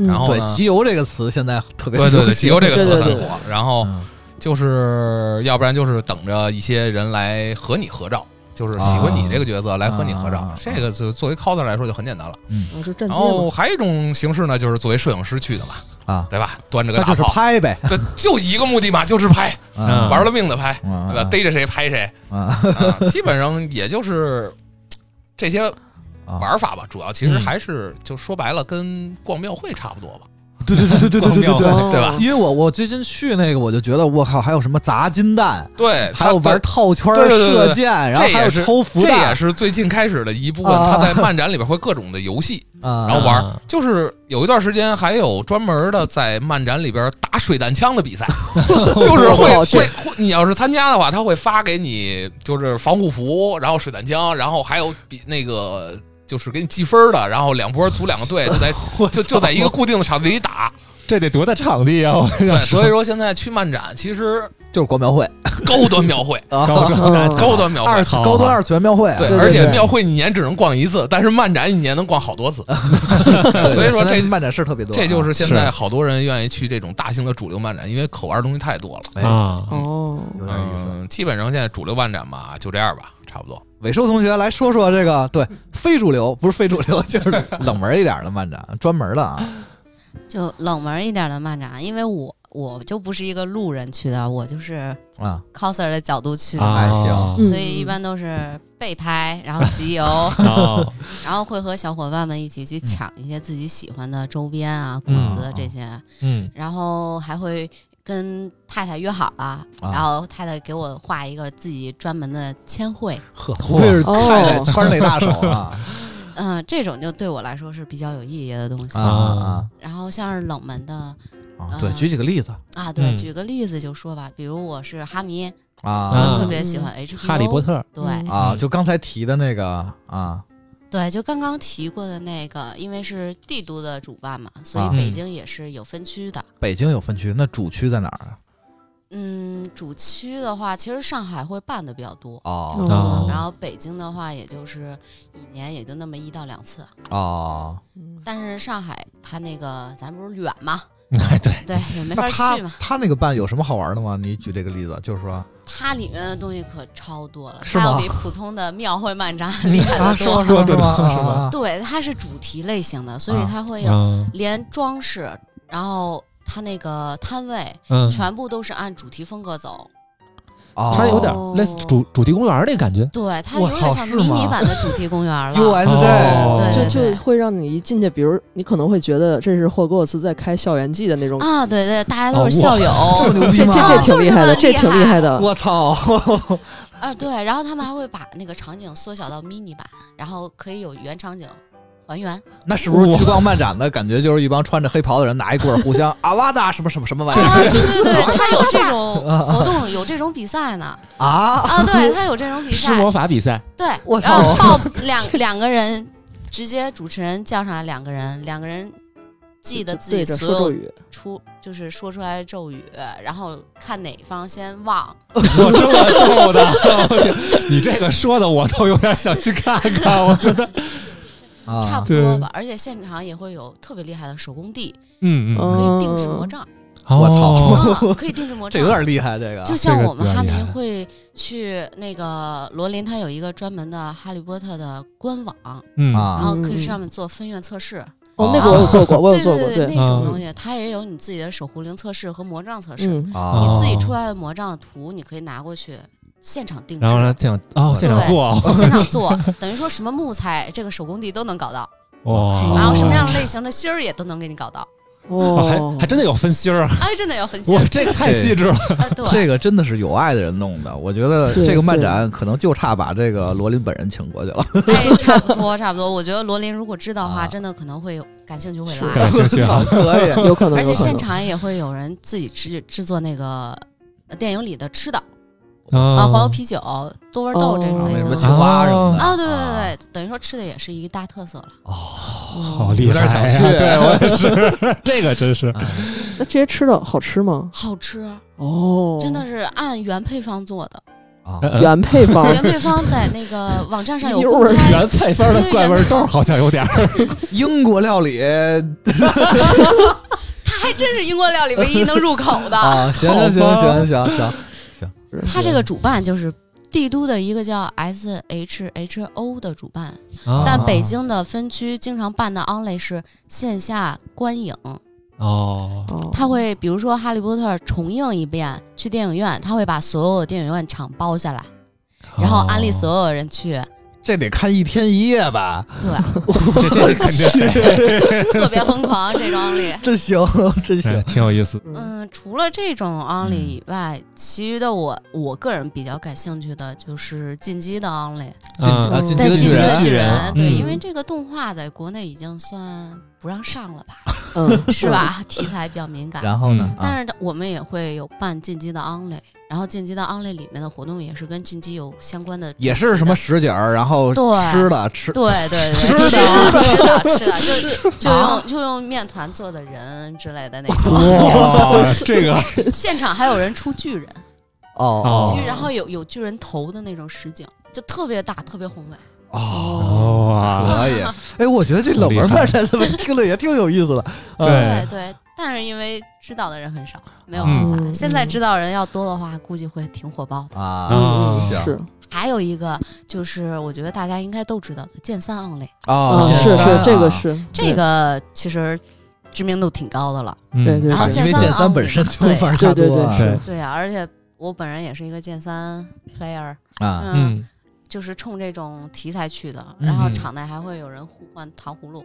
Speaker 6: 然后
Speaker 1: 对
Speaker 6: 呢，
Speaker 1: 集邮这个词现在特别
Speaker 6: 对对对，
Speaker 1: 流行
Speaker 6: 集邮这个
Speaker 3: 对
Speaker 6: 词
Speaker 3: 对对
Speaker 6: 很火。然后
Speaker 1: 嗯
Speaker 6: 就是要不然就是等着一些人来和你合照，就是喜欢你这个角色来和你合照
Speaker 1: 啊。
Speaker 6: 这个就作为 coser 来说就很简单了。
Speaker 3: 啊就站
Speaker 6: 然
Speaker 3: 街
Speaker 6: 后
Speaker 3: 嘛，
Speaker 6: 还有一种形式呢，就是作为摄影师去的嘛，
Speaker 1: 啊，
Speaker 6: 对吧？端着个
Speaker 1: 那
Speaker 6: 大
Speaker 1: 就是
Speaker 6: 炮，
Speaker 1: 拍呗，
Speaker 6: 这就一个目的嘛，就是拍，
Speaker 2: 啊
Speaker 6: 玩了命的拍，对吧？
Speaker 1: 啊
Speaker 6: 逮着谁拍谁，
Speaker 1: 啊
Speaker 6: 啊基本上也就是这些
Speaker 1: 啊
Speaker 6: 玩法吧。主要其实
Speaker 2: 嗯
Speaker 6: 还是就说白了，跟逛庙会差不多吧。
Speaker 1: 对对对对对对对对
Speaker 4: 对
Speaker 1: 对。
Speaker 6: 对吧
Speaker 1: 因为我我最近去那个，我就觉得我靠，还有什么砸金蛋，
Speaker 6: 对，
Speaker 1: 还有
Speaker 6: 他
Speaker 1: 玩套圈
Speaker 6: 对对对对对
Speaker 1: 射箭，然后
Speaker 6: 这
Speaker 1: 还有
Speaker 6: 也是
Speaker 1: 抽福
Speaker 6: 这也
Speaker 1: 袋，
Speaker 6: 是最近开始的一部分，
Speaker 1: 啊
Speaker 6: 他在漫展里边会各种的游戏，
Speaker 1: 然
Speaker 6: 然后玩儿
Speaker 4: 啊。
Speaker 6: 就是有一段时间还有专门的在漫展里边打水弹枪 的比赛，就是会
Speaker 3: 我去
Speaker 6: 会会，你要是参加的话，他会发给你就是防护服，然后水弹枪，然后还有比那个。就是给你计分的，然后两波组两个队，就在就就在一个固定的场地里打。
Speaker 4: 这得多大场地啊！我
Speaker 6: 对，
Speaker 4: 想
Speaker 6: 所以说现在去漫展其实
Speaker 1: 就是国庙会
Speaker 6: 高端庙会，
Speaker 1: 啊，
Speaker 4: 高端
Speaker 3: 嗯
Speaker 4: 大场
Speaker 6: 高端庙 会
Speaker 1: 二，
Speaker 4: 好
Speaker 1: 高端二次元庙会啊，
Speaker 6: 对，
Speaker 3: 对
Speaker 6: 而且
Speaker 4: 对
Speaker 6: 庙会一年只能逛一次，但是漫展一年能逛好 多次，
Speaker 1: 对
Speaker 6: 所以说
Speaker 1: 现在
Speaker 6: 这
Speaker 1: 漫展事特别多啊，
Speaker 6: 这就是现
Speaker 4: 是
Speaker 6: 在好多人愿意去这种大型的主流漫展，因为可玩的东西太多了。
Speaker 1: 哎
Speaker 4: 啊，
Speaker 3: 哦，
Speaker 1: 有点意思。
Speaker 6: 嗯，基本上现在主流漫展吧，就这样吧，差不多。
Speaker 1: 伟叔同学来说说这个对非主流不是非主流，就是冷门一点的漫展，专门的啊，
Speaker 5: 就冷门一点的漫展，因为我我就不是一个路人去的，我就是
Speaker 1: 啊，
Speaker 5: coser 的角度去的，
Speaker 4: 啊
Speaker 1: 还
Speaker 2: 嗯
Speaker 1: 行
Speaker 5: 所以一般都是被拍，然后集 邮，
Speaker 4: 啊，
Speaker 5: 然后会和小伙伴们一起去抢一些自己喜欢的周边啊、
Speaker 4: 嗯
Speaker 5: 谷子这些，
Speaker 4: 嗯，
Speaker 5: 然后还会。跟太太约好了，
Speaker 1: 啊
Speaker 5: 然后太太给我画一个自己专门的签绘，
Speaker 1: 呵，不愧是太太
Speaker 3: 哦
Speaker 1: 圈内大手啊
Speaker 5: 嗯、这种就对我来说是比较有意义的东西。
Speaker 1: 啊啊
Speaker 5: 然后像是冷门的
Speaker 1: 啊！对，举几个例子
Speaker 5: 啊，对，
Speaker 4: 嗯
Speaker 5: 举个例子就说吧，比如我是哈迷，
Speaker 1: 啊
Speaker 5: 我特别喜欢 HBO，
Speaker 4: 哈利波，特，
Speaker 5: 对、
Speaker 3: 嗯
Speaker 1: 啊，就刚才提的那个啊
Speaker 5: 对，就刚刚提过的那个，因为是帝都的主办嘛，所
Speaker 1: 啊
Speaker 5: 以北京也是有分区的。
Speaker 1: 北京有分区，那主区在哪儿啊？
Speaker 5: 嗯，主区的话，其实上海会办的比较多。
Speaker 1: 哦
Speaker 3: 嗯
Speaker 5: 嗯
Speaker 4: 哦，
Speaker 2: 啊
Speaker 5: 然后北京的话，也就是一年也就那么一到两次，
Speaker 1: 哦，
Speaker 3: 嗯
Speaker 5: 但是上海它那个咱不是远嘛，
Speaker 4: 哎 对，
Speaker 5: 对，也没法
Speaker 1: 那他
Speaker 5: 去嘛。
Speaker 1: 他那个办有什么好玩的吗？你举这个例子，就是说
Speaker 5: 它里面的东西可超多了，
Speaker 1: 是
Speaker 5: 它要
Speaker 1: 吗
Speaker 5: 比普通的庙会漫展厉害
Speaker 1: 啊，
Speaker 5: 得
Speaker 1: 是吗？
Speaker 5: 多。
Speaker 1: 是吗？是
Speaker 4: 对
Speaker 1: 吗？
Speaker 4: 对对
Speaker 1: 啊啊
Speaker 5: 对，它是主题类型的，所以
Speaker 1: 啊
Speaker 5: 它会有
Speaker 4: 嗯
Speaker 5: 连装饰，然后它那个摊位
Speaker 4: 嗯，
Speaker 5: 全部都是按主题风格走。
Speaker 1: 啊
Speaker 4: 它有点
Speaker 5: 哦
Speaker 4: 类似主主题公园那感觉，
Speaker 5: 对，它
Speaker 1: 我
Speaker 5: 有
Speaker 1: 操
Speaker 5: 点像
Speaker 1: 是
Speaker 5: 迷你
Speaker 1: 吗啊
Speaker 5: 版的主题公 园了。
Speaker 1: USJ
Speaker 4: 哦
Speaker 5: 对
Speaker 3: 就
Speaker 5: 对
Speaker 3: 就会让你一进去，比如你可能会觉得这是霍格沃茨在开校园季的那种，
Speaker 5: 啊，对对，大家都是
Speaker 4: 哦哇
Speaker 5: 校友，
Speaker 1: 这么牛逼
Speaker 3: 这这
Speaker 1: 吗？
Speaker 3: 这挺厉害的，
Speaker 5: 就是
Speaker 3: 这
Speaker 5: 这么厉害
Speaker 3: 挺厉害的。
Speaker 1: 我操！
Speaker 5: 啊，对，然后他们还会把那个场景缩小到迷你版，然后可以有原场景还原。
Speaker 1: 那是不是去逛漫展的感觉就是一帮穿着黑袍的人拿一棍儿互相 啊哇哒什么什么什么玩意
Speaker 5: 啊，
Speaker 1: 儿
Speaker 5: 对对对， 他有这种活动，有这种比赛呢。
Speaker 1: 啊？
Speaker 5: 啊，对，他有这种比
Speaker 4: 施
Speaker 5: 赛，
Speaker 4: 魔法比赛，
Speaker 5: 对，
Speaker 1: 我
Speaker 5: 然后
Speaker 1: 操
Speaker 5: 报两两个人，直接主持人叫上来两个人，两个人记得自己
Speaker 3: 对着
Speaker 5: 所
Speaker 3: 说咒
Speaker 5: 有
Speaker 3: 语，
Speaker 5: 出，就是说出来的咒语，然后看哪方先
Speaker 1: 啊
Speaker 5: 忘。
Speaker 4: 我这么逗的，你这个说的我都有点想去看看，我觉得，
Speaker 5: 差
Speaker 1: 啊
Speaker 5: 不多
Speaker 4: 对
Speaker 5: 吧。而且现场也会有特别厉害的手工地，
Speaker 4: 嗯
Speaker 5: 可
Speaker 4: 嗯，
Speaker 5: 以定制魔杖，
Speaker 1: 我操
Speaker 4: 哦，
Speaker 5: 啊，可以定制魔
Speaker 1: 这
Speaker 5: 杖
Speaker 1: 有。点厉害，这个啊
Speaker 5: 就像
Speaker 4: 这个
Speaker 5: 我们
Speaker 4: 比较
Speaker 5: 哈
Speaker 4: 厉
Speaker 5: 迷
Speaker 4: 害了
Speaker 5: 会去那个罗琳，他有一个专门的《哈利波特》的官网，
Speaker 4: 嗯
Speaker 5: 然
Speaker 1: 啊
Speaker 5: 后可以
Speaker 3: 嗯
Speaker 5: 上面做分院测试。
Speaker 3: 哦，那个我有做过，我有做过，
Speaker 5: 对对，
Speaker 3: 对，
Speaker 5: 那种
Speaker 4: 嗯
Speaker 5: 东西它也有你自己的手壶铃测试和魔杖测试，
Speaker 3: 嗯，
Speaker 1: 啊
Speaker 4: 哦
Speaker 5: 你自己出来的魔杖图你可以拿过去现场定制
Speaker 4: 然，后呢，现场哦，现场做，
Speaker 5: 现场做，等于说什么木材这个手工地都能搞到，
Speaker 4: 哇，
Speaker 5: 然后什么样类型的芯儿也都能给你搞到。
Speaker 4: 哦，
Speaker 3: 哦
Speaker 4: 还，还真的有分心儿，啊
Speaker 5: 哎，真的 要分析
Speaker 4: 哇，，这个太细致了，
Speaker 5: 啊对。
Speaker 1: 这个真的是有爱的人弄的，我觉得
Speaker 3: 对
Speaker 1: 这个漫展可能就差把这个罗琳本人请过去了。
Speaker 5: 哎，差不多，差不多。我觉得罗琳如果知道的
Speaker 1: 啊，
Speaker 5: 话，真的可能会感兴趣，会
Speaker 3: 是
Speaker 5: 来。
Speaker 4: 感兴趣 啊
Speaker 1: 可以
Speaker 3: 有可能，
Speaker 5: 而且
Speaker 3: 有可能
Speaker 5: 现场也会有人自己制制作那个呃电影里的吃的啊，
Speaker 4: 啊
Speaker 5: 黄油啤酒、多味豆这种
Speaker 3: 哦
Speaker 5: 类
Speaker 1: 那什么
Speaker 5: 型的
Speaker 1: 青蛙什么的
Speaker 5: 啊，对对对对，等于说吃的也是一个大特色了。
Speaker 3: 哦
Speaker 4: 好厉害呀，
Speaker 1: 有点想去
Speaker 4: 对我也是， 这个真是，
Speaker 3: 那这些吃的好吃吗？
Speaker 5: 好吃，
Speaker 3: 哦，
Speaker 5: 真的是按原配方做的。
Speaker 1: 啊
Speaker 4: 嗯
Speaker 3: 原配方，
Speaker 5: 原配方在那个网站上有
Speaker 3: 有
Speaker 5: 公
Speaker 3: 哦味儿
Speaker 5: 开，
Speaker 4: 原配方的怪味儿豆好像有点儿，
Speaker 1: 英国料理
Speaker 5: 它还真是英国料理唯一能入口 的。
Speaker 1: 啊，行行行行行行，
Speaker 5: 它这个主办就是帝都的一个叫 S H H O 的主办，但北京的分区经常办的 only 是线下观影，
Speaker 4: 哦，
Speaker 3: 哦
Speaker 5: 它会比如说《哈利波特》重映一遍，去电影院，它会把所有的电影院场包下来，然后安利所有人去
Speaker 1: 这得看一天一夜吧？
Speaker 5: 对，
Speaker 1: 这这肯 定
Speaker 5: 特别疯狂这种里。
Speaker 1: 真行，真
Speaker 4: 哎
Speaker 1: 行。
Speaker 4: 挺有意思。
Speaker 3: 嗯，
Speaker 5: 嗯，除了这种 only 以外，其余的我我个人比较感兴趣的就是进击的 only，
Speaker 1: 进
Speaker 4: 啊
Speaker 1: 啊，进击
Speaker 5: 在
Speaker 1: 的
Speaker 5: 进击
Speaker 1: 巨
Speaker 5: 的
Speaker 1: 人，啊
Speaker 5: 巨
Speaker 4: 人
Speaker 5: 对，
Speaker 4: 嗯
Speaker 5: 因为这个动画在国内已经算不让上 了吧，
Speaker 3: 嗯
Speaker 5: 是？吧？题材比较敏感，
Speaker 1: 然后呢？啊
Speaker 5: 但是我们也会有办进击的 only，然后进击的 only 里面的活动也是跟进击有相关的主题的，
Speaker 1: 也是什么什锦儿，然后
Speaker 5: 对
Speaker 1: 吃的吃
Speaker 5: 对对对，
Speaker 1: 吃
Speaker 5: 吃
Speaker 1: 的
Speaker 5: 的吃 的吃的，就就
Speaker 1: 啊
Speaker 5: 用就用面团做的人之类的那种，
Speaker 4: 哇，这个
Speaker 5: 现场还有人出巨人，
Speaker 1: 哦
Speaker 5: 巨然后有有巨人头的那种实景，就特别大，特别宏伟。
Speaker 1: 哦，
Speaker 4: 哇，
Speaker 1: 可 以。哎，我觉得这冷门
Speaker 4: 好厉害
Speaker 1: 饭站怎么听着也挺有意思的。嗯
Speaker 4: 对
Speaker 1: 哎
Speaker 5: 对对，但是因为知道的人很少，没有办
Speaker 4: 嗯
Speaker 5: 法。
Speaker 3: 嗯
Speaker 5: 现在知道人要多的话，估计会挺火爆的。
Speaker 1: 啊
Speaker 4: 啊
Speaker 3: 嗯，
Speaker 1: 行
Speaker 3: 是
Speaker 5: 还有一个就是，我觉得大家应该都知道的《剑三 only》，
Speaker 1: 啊
Speaker 3: 嗯，
Speaker 1: 剑
Speaker 3: 是
Speaker 1: 三啊
Speaker 3: 是这个是
Speaker 5: 这个其实知名度挺高的了。
Speaker 4: 嗯
Speaker 3: 对对
Speaker 5: 然后
Speaker 1: 啊因为
Speaker 5: 剑
Speaker 1: 剑
Speaker 5: 三
Speaker 1: 三
Speaker 5: 昂
Speaker 1: 本身就
Speaker 5: 对
Speaker 1: 玩儿
Speaker 3: 对
Speaker 1: 太
Speaker 3: 对
Speaker 1: 多
Speaker 3: 对
Speaker 1: 了
Speaker 4: 对
Speaker 3: 是
Speaker 5: 对啊，而且我本人也是一个剑三 player，
Speaker 1: 啊
Speaker 5: 嗯，
Speaker 4: 嗯，
Speaker 5: 就是冲这种题材去的。然后
Speaker 4: 嗯
Speaker 5: 场内还会有人互换糖葫芦，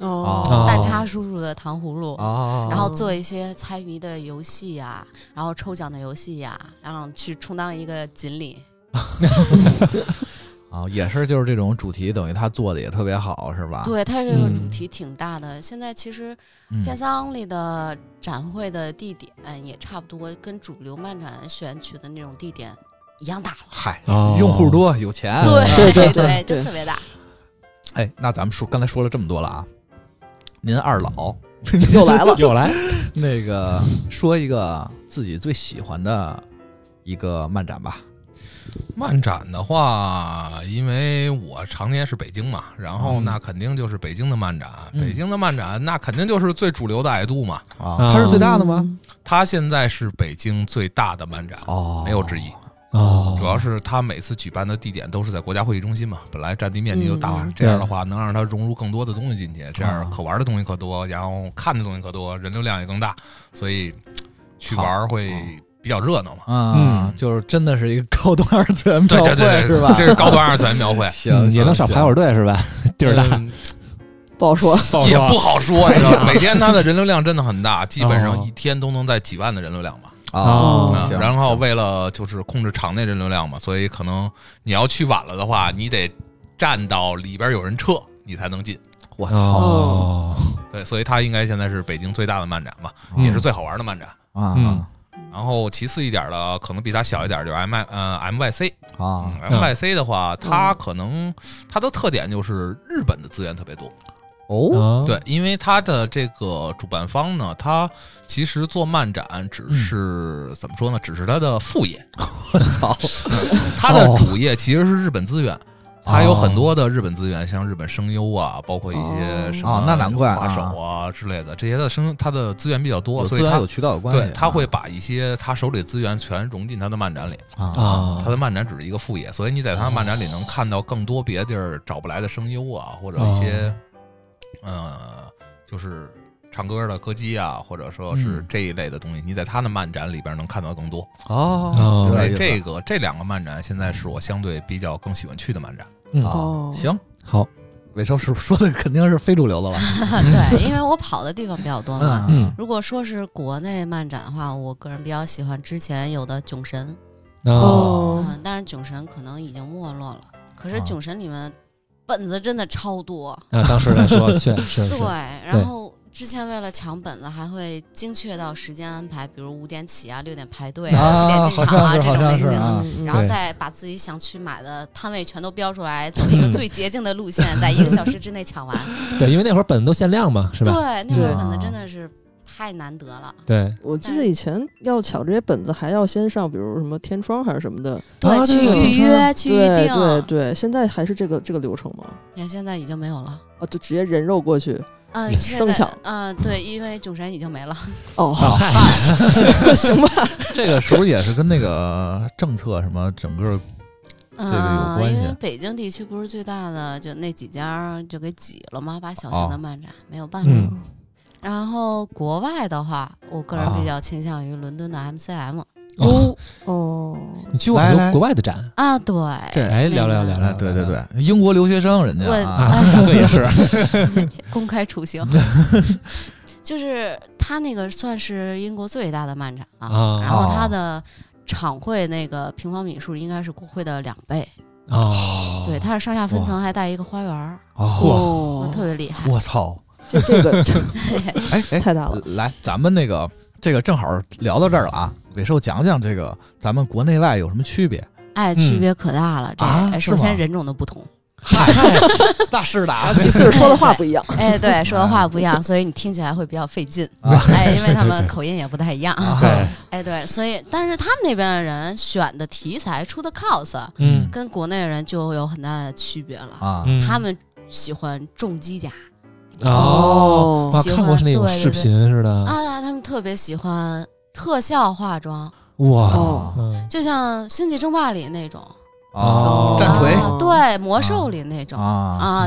Speaker 1: 哦
Speaker 5: 蛋挞叔叔的糖葫芦。
Speaker 1: 哦
Speaker 5: 然后做一些猜谜的游戏呀、然后抽奖的游戏呀、然后去充当一个锦鲤，
Speaker 1: 啊，也是就是这种主题，等于他做的也特别好，是吧？
Speaker 5: 对，它这个主
Speaker 4: 嗯
Speaker 5: 题挺大的。现在其实
Speaker 1: 啊嗯
Speaker 5: 剑三 only 的展会的地点也差不多，跟主流漫展选取的那种地点一样大了。
Speaker 1: 嗨
Speaker 4: 哦，，
Speaker 1: 用户多有钱。
Speaker 3: 对
Speaker 5: 对
Speaker 3: 对对
Speaker 5: 就
Speaker 3: 对
Speaker 5: 特别大。
Speaker 1: 哎，那咱们说刚才说了这么多了啊，您二老
Speaker 3: 又来了
Speaker 4: 又来，
Speaker 1: 那个说一个自己最喜欢的一个漫展吧。
Speaker 6: 漫展的话，因为我常年是北京嘛，然后那肯定就是北京的漫展，
Speaker 1: 嗯
Speaker 6: 北京的漫展那肯定就是最主流的矮度嘛，
Speaker 1: 啊，
Speaker 4: 啊
Speaker 1: 它是最大的吗？
Speaker 6: 它现在是北京最大的漫展，
Speaker 1: 哦
Speaker 6: 没有之一。
Speaker 4: 哦，
Speaker 6: 主要是它每次举办的地点都是在国家会议中心嘛，本来占地面积就大，
Speaker 5: 嗯嗯
Speaker 6: 这样的话能让它融入更多的东西进去，这样
Speaker 1: 啊
Speaker 6: 可玩的东西可多，然后看的东西可多，人流量也更大，所以去
Speaker 1: 好
Speaker 6: 玩会比较热闹嘛。
Speaker 1: 啊，
Speaker 4: 嗯
Speaker 1: 就是真的是一个高端二次元
Speaker 6: 对
Speaker 1: 庙
Speaker 6: 对对
Speaker 1: 嗯会
Speaker 6: 对，
Speaker 1: 是吧？，
Speaker 6: 这嗯是高端二次元庙会
Speaker 1: 行，
Speaker 4: 你
Speaker 1: 行
Speaker 4: 嗯能上排
Speaker 1: 行
Speaker 4: 会队是吧？地儿大，
Speaker 6: 嗯
Speaker 3: 不好说。
Speaker 4: 不好
Speaker 6: 也
Speaker 4: 说
Speaker 6: 不好说，你知道，每天它的人流量真的很大，基本上
Speaker 4: 哦
Speaker 6: 一天都能在几万的人流量吧。
Speaker 1: 啊
Speaker 4: 哦
Speaker 6: 啊
Speaker 1: 行
Speaker 6: 然后为了就是控制场内人流量嘛，所以可能你要去晚了的话，你得站到里边有人撤，你才能进。
Speaker 1: 我操
Speaker 4: 哦，
Speaker 6: 对，所以它应该现在是北京最大的漫展嘛，
Speaker 1: 嗯
Speaker 6: 也是嗯最好玩的漫展。
Speaker 1: 啊
Speaker 6: 然后其次一点的，可能比它小一点，就是 M I 呃 M Y C。
Speaker 1: 啊
Speaker 6: M Y C 的话，它可能它的特点就是日本的资源特别多。
Speaker 1: 哦
Speaker 4: 哦，
Speaker 6: 对，因为它的这个主办方呢，它其实做漫展
Speaker 1: 嗯
Speaker 6: 只是、怎么说呢？只是它的副业，
Speaker 1: 操哦
Speaker 6: 它的主业其实是日本资源。它有很多的日本资源，像日本声优啊，包括一些什么
Speaker 1: 哦那难怪啊
Speaker 6: 滑手啊之类的，这些的声它的资源比较多，
Speaker 1: 有
Speaker 6: 所
Speaker 1: 资
Speaker 6: 以
Speaker 1: 源
Speaker 6: 它
Speaker 1: 有渠道有关系
Speaker 6: 对
Speaker 1: 啊，
Speaker 6: 它会把一些它手里的资源全融进它的漫展里。
Speaker 1: 啊
Speaker 4: 啊
Speaker 6: 它，的漫展只是一个副业，所以你在它的漫展里能看到更多别地儿找不来的声优啊，或者一些、呃，就是唱歌的歌姬啊，或者说是
Speaker 1: 嗯
Speaker 6: 这一类的东西，你在它的漫展里边能看到更多。
Speaker 1: 哦
Speaker 4: 哦
Speaker 1: 有
Speaker 6: 所
Speaker 1: 点
Speaker 6: 以
Speaker 1: 意思
Speaker 6: 这个这两个漫展现在是我相对比较更喜欢去的漫展。
Speaker 4: 嗯
Speaker 1: 啊
Speaker 3: 哦
Speaker 1: 行，
Speaker 4: 好，
Speaker 1: 伟超师傅说的肯定是非主流的了，
Speaker 5: 对，因为我跑的地方比较多
Speaker 3: 啊
Speaker 5: 嘛。
Speaker 1: 嗯
Speaker 5: 如果说是国内漫展的话，我个人比较喜欢之前有的囧神，
Speaker 4: 哦，
Speaker 3: 哦
Speaker 5: 嗯，但是囧神可能已经没落了。可是
Speaker 1: 啊
Speaker 5: 囧神里面本子真的超多，
Speaker 4: 那当时来说，确实是
Speaker 5: 对，，然后。之前为了抢本子，还会精确到时间安排，比如五点起啊，六点排队
Speaker 1: 啊
Speaker 5: 七点进场
Speaker 1: 好
Speaker 5: 啊
Speaker 1: 像是
Speaker 5: 这种类
Speaker 1: 好像
Speaker 5: 型
Speaker 1: 是
Speaker 5: 的。
Speaker 1: 啊
Speaker 3: 嗯
Speaker 5: 然后
Speaker 4: 对
Speaker 5: 再把自己想去买的摊位全都标出来，走一个
Speaker 4: 嗯
Speaker 5: 最捷径的路线，在一个小时之内抢完。
Speaker 4: 对，因为那会儿本子都限量嘛，是
Speaker 5: 对
Speaker 4: 吧？，
Speaker 5: 那会儿
Speaker 1: 嗯
Speaker 5: 可能真的是太难得了。
Speaker 4: 对，
Speaker 3: 我记得以前要抢这些本子，还要先上，比如什么天窗还是什么的，
Speaker 4: 啊
Speaker 5: 去
Speaker 4: 对对
Speaker 5: 预约，去预
Speaker 3: 对
Speaker 5: 定。
Speaker 3: 对对，现在还是这个这个流程吗？
Speaker 5: 你看现在已经没有了。
Speaker 3: 啊，就直接人肉过去。
Speaker 5: 嗯，
Speaker 4: 嗯
Speaker 5: 现
Speaker 3: 生
Speaker 5: 在
Speaker 3: 巧
Speaker 5: 嗯，对，因为囧神已经没了。
Speaker 3: 哦，
Speaker 4: 啊 嗨，
Speaker 3: 行吧，
Speaker 1: 这个是不是也是跟那个政策什么整个个有
Speaker 5: 嗯，
Speaker 1: 关系
Speaker 5: 因为北京地区不是最大的，就那几家就给挤了嘛，把小型的漫展没有办法。
Speaker 4: 嗯
Speaker 5: 然后国外的话，我个人
Speaker 1: 啊
Speaker 5: 比较倾向于伦敦的 MCM。
Speaker 4: 哦
Speaker 3: 哦，
Speaker 4: 你去过很
Speaker 6: 来
Speaker 4: 多
Speaker 6: 来
Speaker 4: 国外的展，
Speaker 5: 啊，对，
Speaker 6: 对
Speaker 4: 哎，聊聊聊
Speaker 6: 哎
Speaker 4: 聊，，
Speaker 6: 对对对，英国留学生人家
Speaker 5: 我
Speaker 6: 啊，
Speaker 7: 这也是
Speaker 5: 哎公开处刑， 就是他那个算是英国最大的漫展了、
Speaker 4: 啊
Speaker 5: 然后他的场会那个平方米数应该是国会的两倍，
Speaker 4: 哦，
Speaker 5: 对，它是上下分层，还带一个花园儿，
Speaker 6: 哦，
Speaker 3: 哇
Speaker 5: 特别厉害。
Speaker 6: 我操，
Speaker 3: 这这个这
Speaker 6: 哎哎，
Speaker 3: 太大了。
Speaker 6: 来，咱们那个这个正好聊到这儿了啊，尾兽讲讲这个咱们国内外有什么区 别？
Speaker 5: 哎，区别可大了。这、
Speaker 6: 嗯啊
Speaker 5: 哎
Speaker 6: 是
Speaker 5: 首
Speaker 6: 吗
Speaker 5: 先人种的不同，
Speaker 6: 嗨，那是的啊，
Speaker 3: 其次说的话不一样，
Speaker 5: 哎，对，说的话不一样，所以你听起来会比较费劲。
Speaker 6: 啊
Speaker 5: 哎，因为他们口音也不太一样。
Speaker 6: 啊
Speaker 7: 对，
Speaker 5: 哎，对，所以但是他们那边的人选的题材、出的 cos，
Speaker 4: 嗯
Speaker 5: 跟国内人就有很大的区别了。
Speaker 6: 啊，
Speaker 4: 嗯，
Speaker 5: 他们喜欢重机甲
Speaker 4: 哦，
Speaker 3: 哦
Speaker 4: 啊，
Speaker 5: 喜欢
Speaker 4: 看过是那种
Speaker 5: 对对
Speaker 4: 视
Speaker 5: 对
Speaker 4: 频似的，
Speaker 5: 啊，他们特别喜欢特效化妆，
Speaker 4: 哇，
Speaker 1: 啊
Speaker 3: 哦
Speaker 4: 嗯
Speaker 5: 就像《星际争霸》里那种
Speaker 6: 啊，战锤
Speaker 5: 啊对，魔兽里那种
Speaker 6: 啊，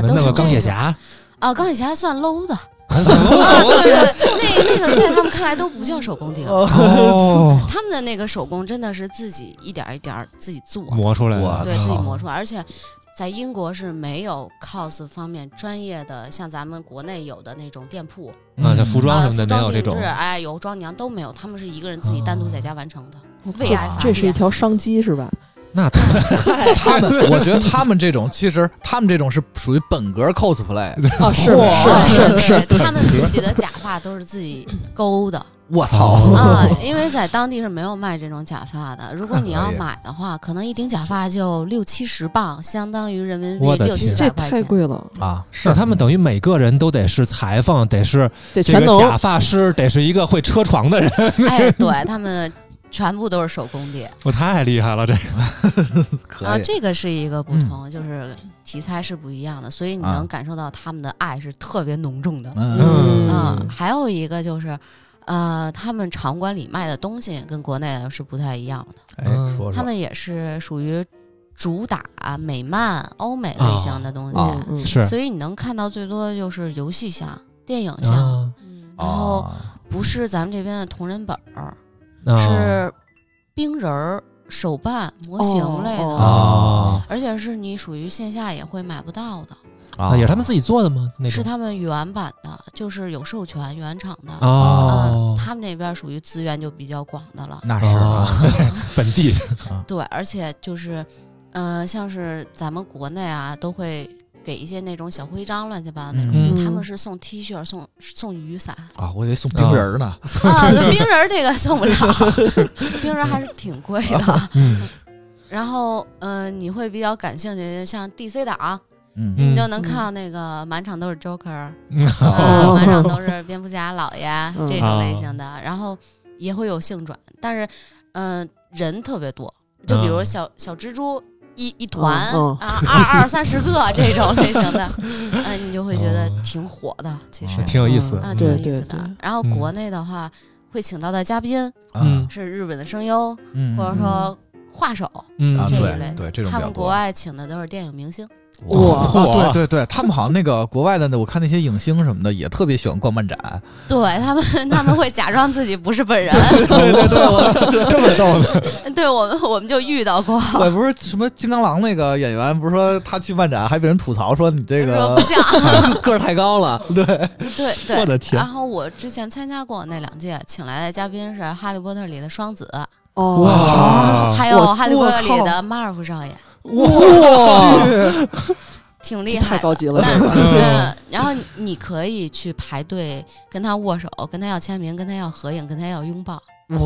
Speaker 5: 啊，
Speaker 4: 你
Speaker 5: 都
Speaker 4: 们
Speaker 5: 是
Speaker 4: 弄个
Speaker 5: 这
Speaker 4: 钢铁
Speaker 5: 种
Speaker 4: 侠，
Speaker 5: 啊，钢铁侠还算 low 的，啊
Speaker 4: 哦
Speaker 5: 对对，那那个在他们看来都不叫手工顶，
Speaker 4: 哦，
Speaker 5: 他们的那个手工真的是自己一点儿一点儿自己做，
Speaker 4: 磨出来
Speaker 6: 我
Speaker 4: 的，哦
Speaker 5: 对自己磨
Speaker 4: 出
Speaker 5: 出来，而且在英国是没有 cos 方面专业的，像咱们国内有的那种店铺，
Speaker 4: 啊，像服
Speaker 6: 嗯
Speaker 4: 装
Speaker 5: 啊，
Speaker 4: 什么的
Speaker 5: 服
Speaker 4: 没
Speaker 5: 装
Speaker 4: 有这
Speaker 5: 定
Speaker 4: 种
Speaker 5: 制，，哎，有妆娘都没有，他们是一个人自己单独在家完成的，为
Speaker 3: 这
Speaker 5: 爱发
Speaker 3: 这是一
Speaker 5: 电。
Speaker 3: 条商机是吧？
Speaker 4: 那太
Speaker 6: 他们，我觉得他们这种其实他们这种是属于本格 cosplay，
Speaker 3: 啊，是
Speaker 6: 哇
Speaker 3: 是
Speaker 5: 对对对，他们自己的假发都是自己 勾的
Speaker 6: 我操
Speaker 5: 啊，因为在当地是没有卖这种假发的。如果你要
Speaker 4: 哎
Speaker 6: 可以
Speaker 5: 买的话，可能一顶假发就六七十磅，相当于人民
Speaker 4: 我
Speaker 5: 币
Speaker 4: 的
Speaker 5: 六
Speaker 4: 天
Speaker 5: 七
Speaker 3: 这太
Speaker 5: 百块钱。
Speaker 3: 贵了，
Speaker 6: 啊，
Speaker 4: 是他们等于每个人都得是裁缝，得是这
Speaker 3: 得全
Speaker 4: 个
Speaker 3: 能
Speaker 4: 假发师，得是一个会车床的人，
Speaker 5: 哎，对他们全部都是手工店
Speaker 4: 我太厉害了，这
Speaker 5: 啊，
Speaker 6: 可以，
Speaker 5: 这个是一个不
Speaker 4: 嗯
Speaker 5: 同，就是题材是不一样的，所以你
Speaker 6: 啊
Speaker 5: 能感受到他们的爱是特别浓重的。
Speaker 4: 嗯
Speaker 5: 啊，
Speaker 3: 嗯
Speaker 5: 还有一个就是，呃，他们场馆里卖的东西跟国内的是不太一样
Speaker 6: 哎，
Speaker 5: 的，
Speaker 4: 嗯
Speaker 6: 说
Speaker 5: 他
Speaker 6: 说
Speaker 5: 们也是属于主打美漫、欧美类型的东西，
Speaker 6: 哦
Speaker 3: 嗯嗯，
Speaker 4: 啊是
Speaker 5: 所以你能看到最多的就是游戏项、电影项，
Speaker 3: 嗯
Speaker 4: 啊
Speaker 5: 然后
Speaker 6: 啊
Speaker 5: 不是咱们这边的同人本儿，
Speaker 4: 啊
Speaker 5: 是冰人儿、手办、模型类的。
Speaker 3: 哦哦
Speaker 4: 啊，
Speaker 5: 而且是你属于线下也会买不到的，
Speaker 6: 啊，
Speaker 4: 也是他们自己做的吗？那种
Speaker 5: 是他们原版的，就是有授权原厂的。
Speaker 4: 哦
Speaker 5: 嗯，，他们那边属于资源就比较广 的了。
Speaker 6: 那是
Speaker 4: 哦
Speaker 6: 啊，
Speaker 4: 对本地
Speaker 5: 对，而且就是，呃，像是咱们国内啊，都会给一些那种小徽章乱七八糟那种，
Speaker 4: 嗯
Speaker 5: 他们是送 T 恤、送送雨 伞
Speaker 6: 啊，我以为送冰人儿呢，
Speaker 5: 啊，那冰人儿这个送不了， 冰人儿还是挺贵的。
Speaker 4: 嗯
Speaker 5: 然后，呃，你会比较感兴趣，像 DC 党，
Speaker 6: 嗯
Speaker 5: 你就能
Speaker 3: 嗯
Speaker 5: 看到那个满场都是 Joker，
Speaker 4: 嗯
Speaker 5: 啊，
Speaker 3: 哦
Speaker 5: 满场都是蝙蝠侠老爷
Speaker 3: 嗯
Speaker 5: 这种类型的，然后也会有性转，但是，嗯、人特别多，就比如
Speaker 4: 嗯
Speaker 5: 小、小蜘蛛一一团
Speaker 3: 嗯
Speaker 5: 啊，二二三 十个这种类型的，嗯、你就会觉得
Speaker 4: 哦
Speaker 5: 挺火的，其实
Speaker 6: 哦
Speaker 4: 挺有意思
Speaker 3: 嗯
Speaker 5: 啊，
Speaker 4: 嗯
Speaker 5: 挺有
Speaker 3: 对
Speaker 5: 意思的。然后国内的话，会请到的嘉宾
Speaker 6: 嗯
Speaker 5: 是日本的声优，
Speaker 6: 嗯
Speaker 5: 或者说画手，
Speaker 4: 嗯
Speaker 6: 啊，
Speaker 5: 这一
Speaker 6: 对
Speaker 5: 类
Speaker 6: 对，这种
Speaker 5: 他
Speaker 6: 比较
Speaker 5: 们国
Speaker 6: 多。
Speaker 5: 外请的都是电影明星。
Speaker 6: 哇，
Speaker 4: 哇
Speaker 6: 对啊对对，他们好像那个国外的呢，我看那些影星什么的也特别喜欢逛漫展，
Speaker 5: 对他们，他们会假装自己不是本人。
Speaker 4: 对对对，我 这么逗的，
Speaker 5: 对我们，我们就遇到过。
Speaker 1: 啊
Speaker 6: 我哎不是什么金刚狼那个演员，不是说他去漫展还被人吐槽说你这
Speaker 5: 说
Speaker 6: 个
Speaker 5: 不像，
Speaker 6: 个儿太高了，对，
Speaker 5: 对对，啊
Speaker 4: 我的天
Speaker 5: 然后我之前参加过那两届，请来的嘉宾是《哈利波特》里的双子，
Speaker 3: 哦，
Speaker 4: 哇
Speaker 5: 还有
Speaker 6: 我
Speaker 5: 《哈利波特》
Speaker 6: 我靠
Speaker 5: 里的马尔福少爷，
Speaker 6: 哇，
Speaker 5: 挺
Speaker 3: 这
Speaker 5: 厉害
Speaker 3: 太
Speaker 5: 的。
Speaker 3: 高级了，
Speaker 5: 但
Speaker 3: 这
Speaker 5: 是，
Speaker 3: 个
Speaker 5: 嗯，然后你可以去排队跟他握手，跟他要签名，跟他要合影，跟他要拥抱
Speaker 6: 哇，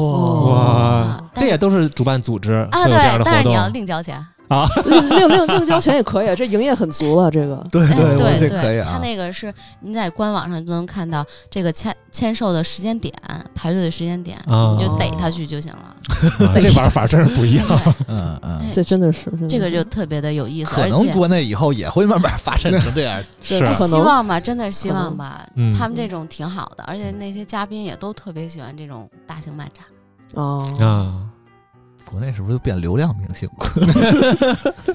Speaker 4: 哇，这也都是主办组织
Speaker 5: 啊。
Speaker 4: 会有这样
Speaker 5: 对
Speaker 4: 的，
Speaker 5: 但
Speaker 4: 活
Speaker 5: 是你
Speaker 4: 动
Speaker 5: 要另交钱。
Speaker 3: 另另另另交钱也可以，啊这营业很足了，这个
Speaker 6: 对
Speaker 5: 哎
Speaker 6: 对，我这
Speaker 5: 对
Speaker 6: 可以
Speaker 5: 他
Speaker 6: 啊，
Speaker 5: 那个是你在官网上就能看到这个签签售的时间点、排队的时间点，
Speaker 4: 啊
Speaker 6: 哦
Speaker 5: 你就逮他去就行了。
Speaker 4: 啊这玩法真是不一样，
Speaker 6: 嗯嗯，
Speaker 5: 哎
Speaker 3: 这真的是真的
Speaker 5: 这个
Speaker 3: 是
Speaker 5: 就特别的有意思，
Speaker 6: 可
Speaker 5: 而
Speaker 6: 能
Speaker 5: 且
Speaker 6: 国内以后也会慢慢发展成这样，
Speaker 3: 对
Speaker 4: 是
Speaker 5: 哎
Speaker 3: 可
Speaker 5: 希
Speaker 3: 能
Speaker 5: 望吧，真的希
Speaker 3: 可
Speaker 5: 望
Speaker 3: 能
Speaker 5: 吧。
Speaker 4: 嗯
Speaker 5: 他们这种挺好的，而且那些嘉宾也都特别喜欢这种大 型漫展。
Speaker 3: 哦，
Speaker 4: 啊，
Speaker 6: 国内是不是就变流量明星？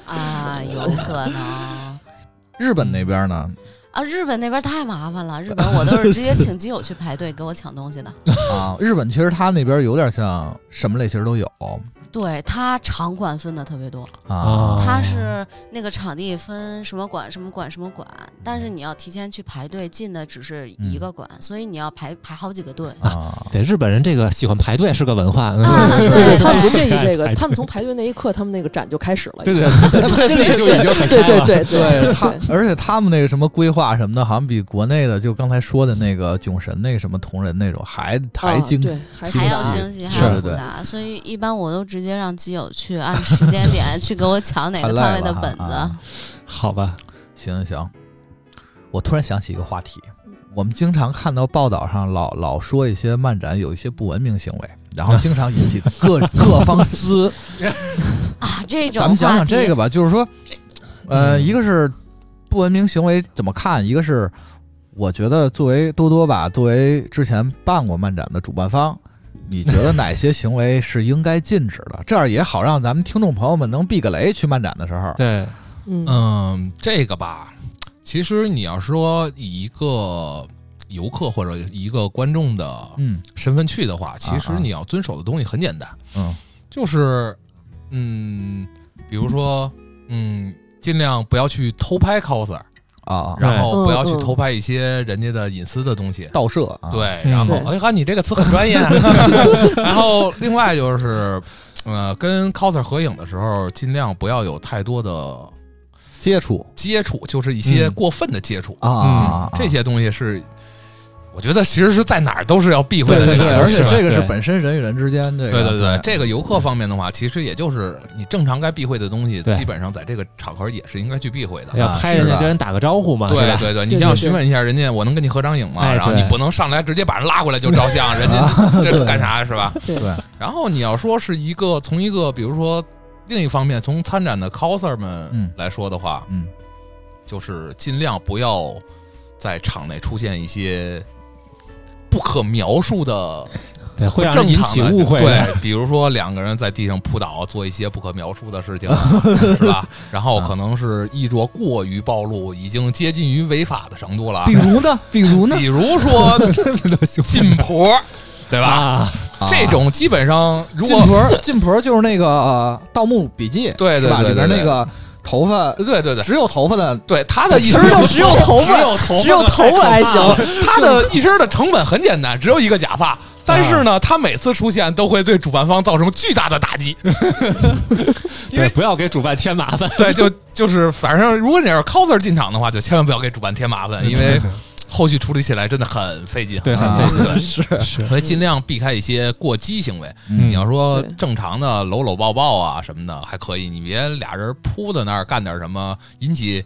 Speaker 5: 啊，有可能
Speaker 6: 日本那边呢？
Speaker 5: 啊。日本那边太麻烦了，日本我都是直 接请基友去排队给我抢东西的。
Speaker 6: 啊，日本其实它那边有点像什么类型都有，
Speaker 5: 对它场馆分的特别多，
Speaker 1: 啊，
Speaker 5: 它是那个场地分什么馆、什么馆、什么馆，但是你要提前去排队进的只是一个馆，所以你要排排好几个队。
Speaker 1: 嗯啊，
Speaker 4: 对日本人这个喜欢排队是个文化，嗯
Speaker 5: 啊， 对对
Speaker 3: 他们不介意这个
Speaker 4: 排，队
Speaker 3: 他们从排队那一刻，他们那个展就开始了。
Speaker 4: 对对对，咱们这里就已经很
Speaker 3: 对
Speaker 4: 开
Speaker 3: 对
Speaker 4: 了
Speaker 1: 对
Speaker 3: 对对
Speaker 1: 他，而且他们那个什么规划什么的，好像比国内的就刚才说的那个囧神那个什么同人那种还还
Speaker 3: 啊
Speaker 1: 精
Speaker 3: 对还
Speaker 5: 还要
Speaker 1: 是
Speaker 5: 精细，
Speaker 1: 是
Speaker 5: 还要
Speaker 1: 对
Speaker 5: 复
Speaker 1: 对
Speaker 5: 杂，所以一般我都直接让基友去按时间点去给我抢 哪
Speaker 1: 太
Speaker 5: 个
Speaker 1: 累
Speaker 5: 摊位
Speaker 1: 了
Speaker 5: 的
Speaker 1: 哈
Speaker 5: 本子
Speaker 1: 啊。
Speaker 4: 好吧，
Speaker 1: 行行，我突然想起一个话题，我们经常看到报道上老老说一些漫展有一些不文明行为， 然后经常引起各 各方撕。
Speaker 5: 啊！这种
Speaker 1: 咱们讲
Speaker 5: 话
Speaker 1: 讲
Speaker 5: 题
Speaker 1: 这个吧，就是说，呃，
Speaker 4: 嗯
Speaker 1: 一个是不文明行为怎么看，一个是我觉得作为多多吧，作为之前办过漫展的主办方。你觉得哪些行为是应该禁止的？这样也好让咱们听众朋友们能避个雷，去漫展的时
Speaker 6: 啊
Speaker 1: 候，
Speaker 4: 对，
Speaker 3: 嗯
Speaker 6: 嗯，这个吧，其实你要说以一个游客或者一个观众的
Speaker 1: 嗯
Speaker 6: 身份去的话，其实
Speaker 1: 啊
Speaker 6: 你要遵守的东西很简单，
Speaker 1: 嗯
Speaker 6: 就是嗯，比如说嗯，尽量不要去偷拍 coser，
Speaker 1: 啊，
Speaker 6: 然后
Speaker 3: 嗯
Speaker 6: 不要去
Speaker 3: 嗯
Speaker 6: 偷拍一些人家的隐私的东西。
Speaker 1: 盗摄啊，
Speaker 6: 对，
Speaker 4: 嗯
Speaker 6: 然后
Speaker 3: 对
Speaker 6: 哎哈，你这个词很专业。啊 然后另外就是，呃，跟 coser 合影的时候，尽量不要有太多的
Speaker 1: 接触
Speaker 6: 接触，就是一些
Speaker 4: 嗯
Speaker 6: 过分的接触。
Speaker 1: 啊啊，
Speaker 6: 这些东西是，我觉得其实是在哪儿都是要避讳的
Speaker 1: 对
Speaker 6: 这
Speaker 1: 对对，
Speaker 6: 个事儿。
Speaker 1: 而且
Speaker 4: 是
Speaker 1: 这个是
Speaker 4: 对
Speaker 1: 本身人与人之间这个，
Speaker 6: 对对对，这个游客方面的话，其实也就是你正常该避讳的东西，
Speaker 4: 对
Speaker 6: 基本上在这个场合也是应该去避讳的。
Speaker 4: 要
Speaker 1: 啊
Speaker 4: 拍
Speaker 1: 是
Speaker 4: 人家
Speaker 1: 的
Speaker 4: 跟人打个招呼嘛，是
Speaker 6: 对
Speaker 4: 吧？
Speaker 6: 对对，你
Speaker 3: 对
Speaker 6: 先要
Speaker 3: 对
Speaker 6: 询问一下人家，我能跟你合张影吗？
Speaker 4: 哎
Speaker 6: 然后你
Speaker 4: 对
Speaker 6: 不能上来直接把人拉过来就照相，人家这是干啥是吧？
Speaker 3: 对
Speaker 1: 对
Speaker 6: 然后你要说是一个从一个比如说另一方面，从参展的 coser
Speaker 1: 嗯
Speaker 6: 们来说的话，
Speaker 1: 嗯
Speaker 6: 就是尽量不要在场内出现一些不可描述的
Speaker 4: 对，会让
Speaker 6: 正
Speaker 4: 人引
Speaker 6: 常
Speaker 4: 起
Speaker 6: 的
Speaker 4: 误会的。
Speaker 6: 对，比如说两个人在地上扑倒，做一些不可描述的事情，是吧？然后可能是衣着过于暴露，已经接近于违法的程度了
Speaker 1: 比。如 呢，比如呢
Speaker 6: 比，如说 进婆，对吧？
Speaker 4: 啊，
Speaker 1: 啊
Speaker 6: 这种基本上如
Speaker 1: 晋
Speaker 6: 果
Speaker 1: 婆，晋婆就是那个呃《盗墓笔记》
Speaker 6: 对对
Speaker 1: 是吧？
Speaker 6: 对
Speaker 1: 里
Speaker 6: 对
Speaker 1: 边
Speaker 6: 对
Speaker 1: 那个头发
Speaker 6: 对对对
Speaker 1: 只有头发的，
Speaker 6: 对，他的一身
Speaker 3: 只有
Speaker 6: 的
Speaker 3: 只有头发
Speaker 6: 只有 头
Speaker 3: 只有头发还行，
Speaker 6: 他的一身的成本很简单，只有一个假发。但是呢，他每次出现都会对主办方造成巨大的打击。因
Speaker 4: 对，
Speaker 6: 为
Speaker 4: 不要给主办添麻烦。
Speaker 6: 对，就就是反正如果你要是 coser 进场的话，就千万不要给主办添麻烦，因为后续处理起来真的很费劲。
Speaker 4: 对，很
Speaker 1: 啊
Speaker 4: 费
Speaker 6: 对
Speaker 1: 是
Speaker 4: 是
Speaker 6: 所以尽量避开一些过激行为。
Speaker 4: 嗯
Speaker 6: 你要说
Speaker 3: 对
Speaker 6: 正常的搂搂抱抱啊什么的还可以，你别俩人扑在那儿干点什么，引起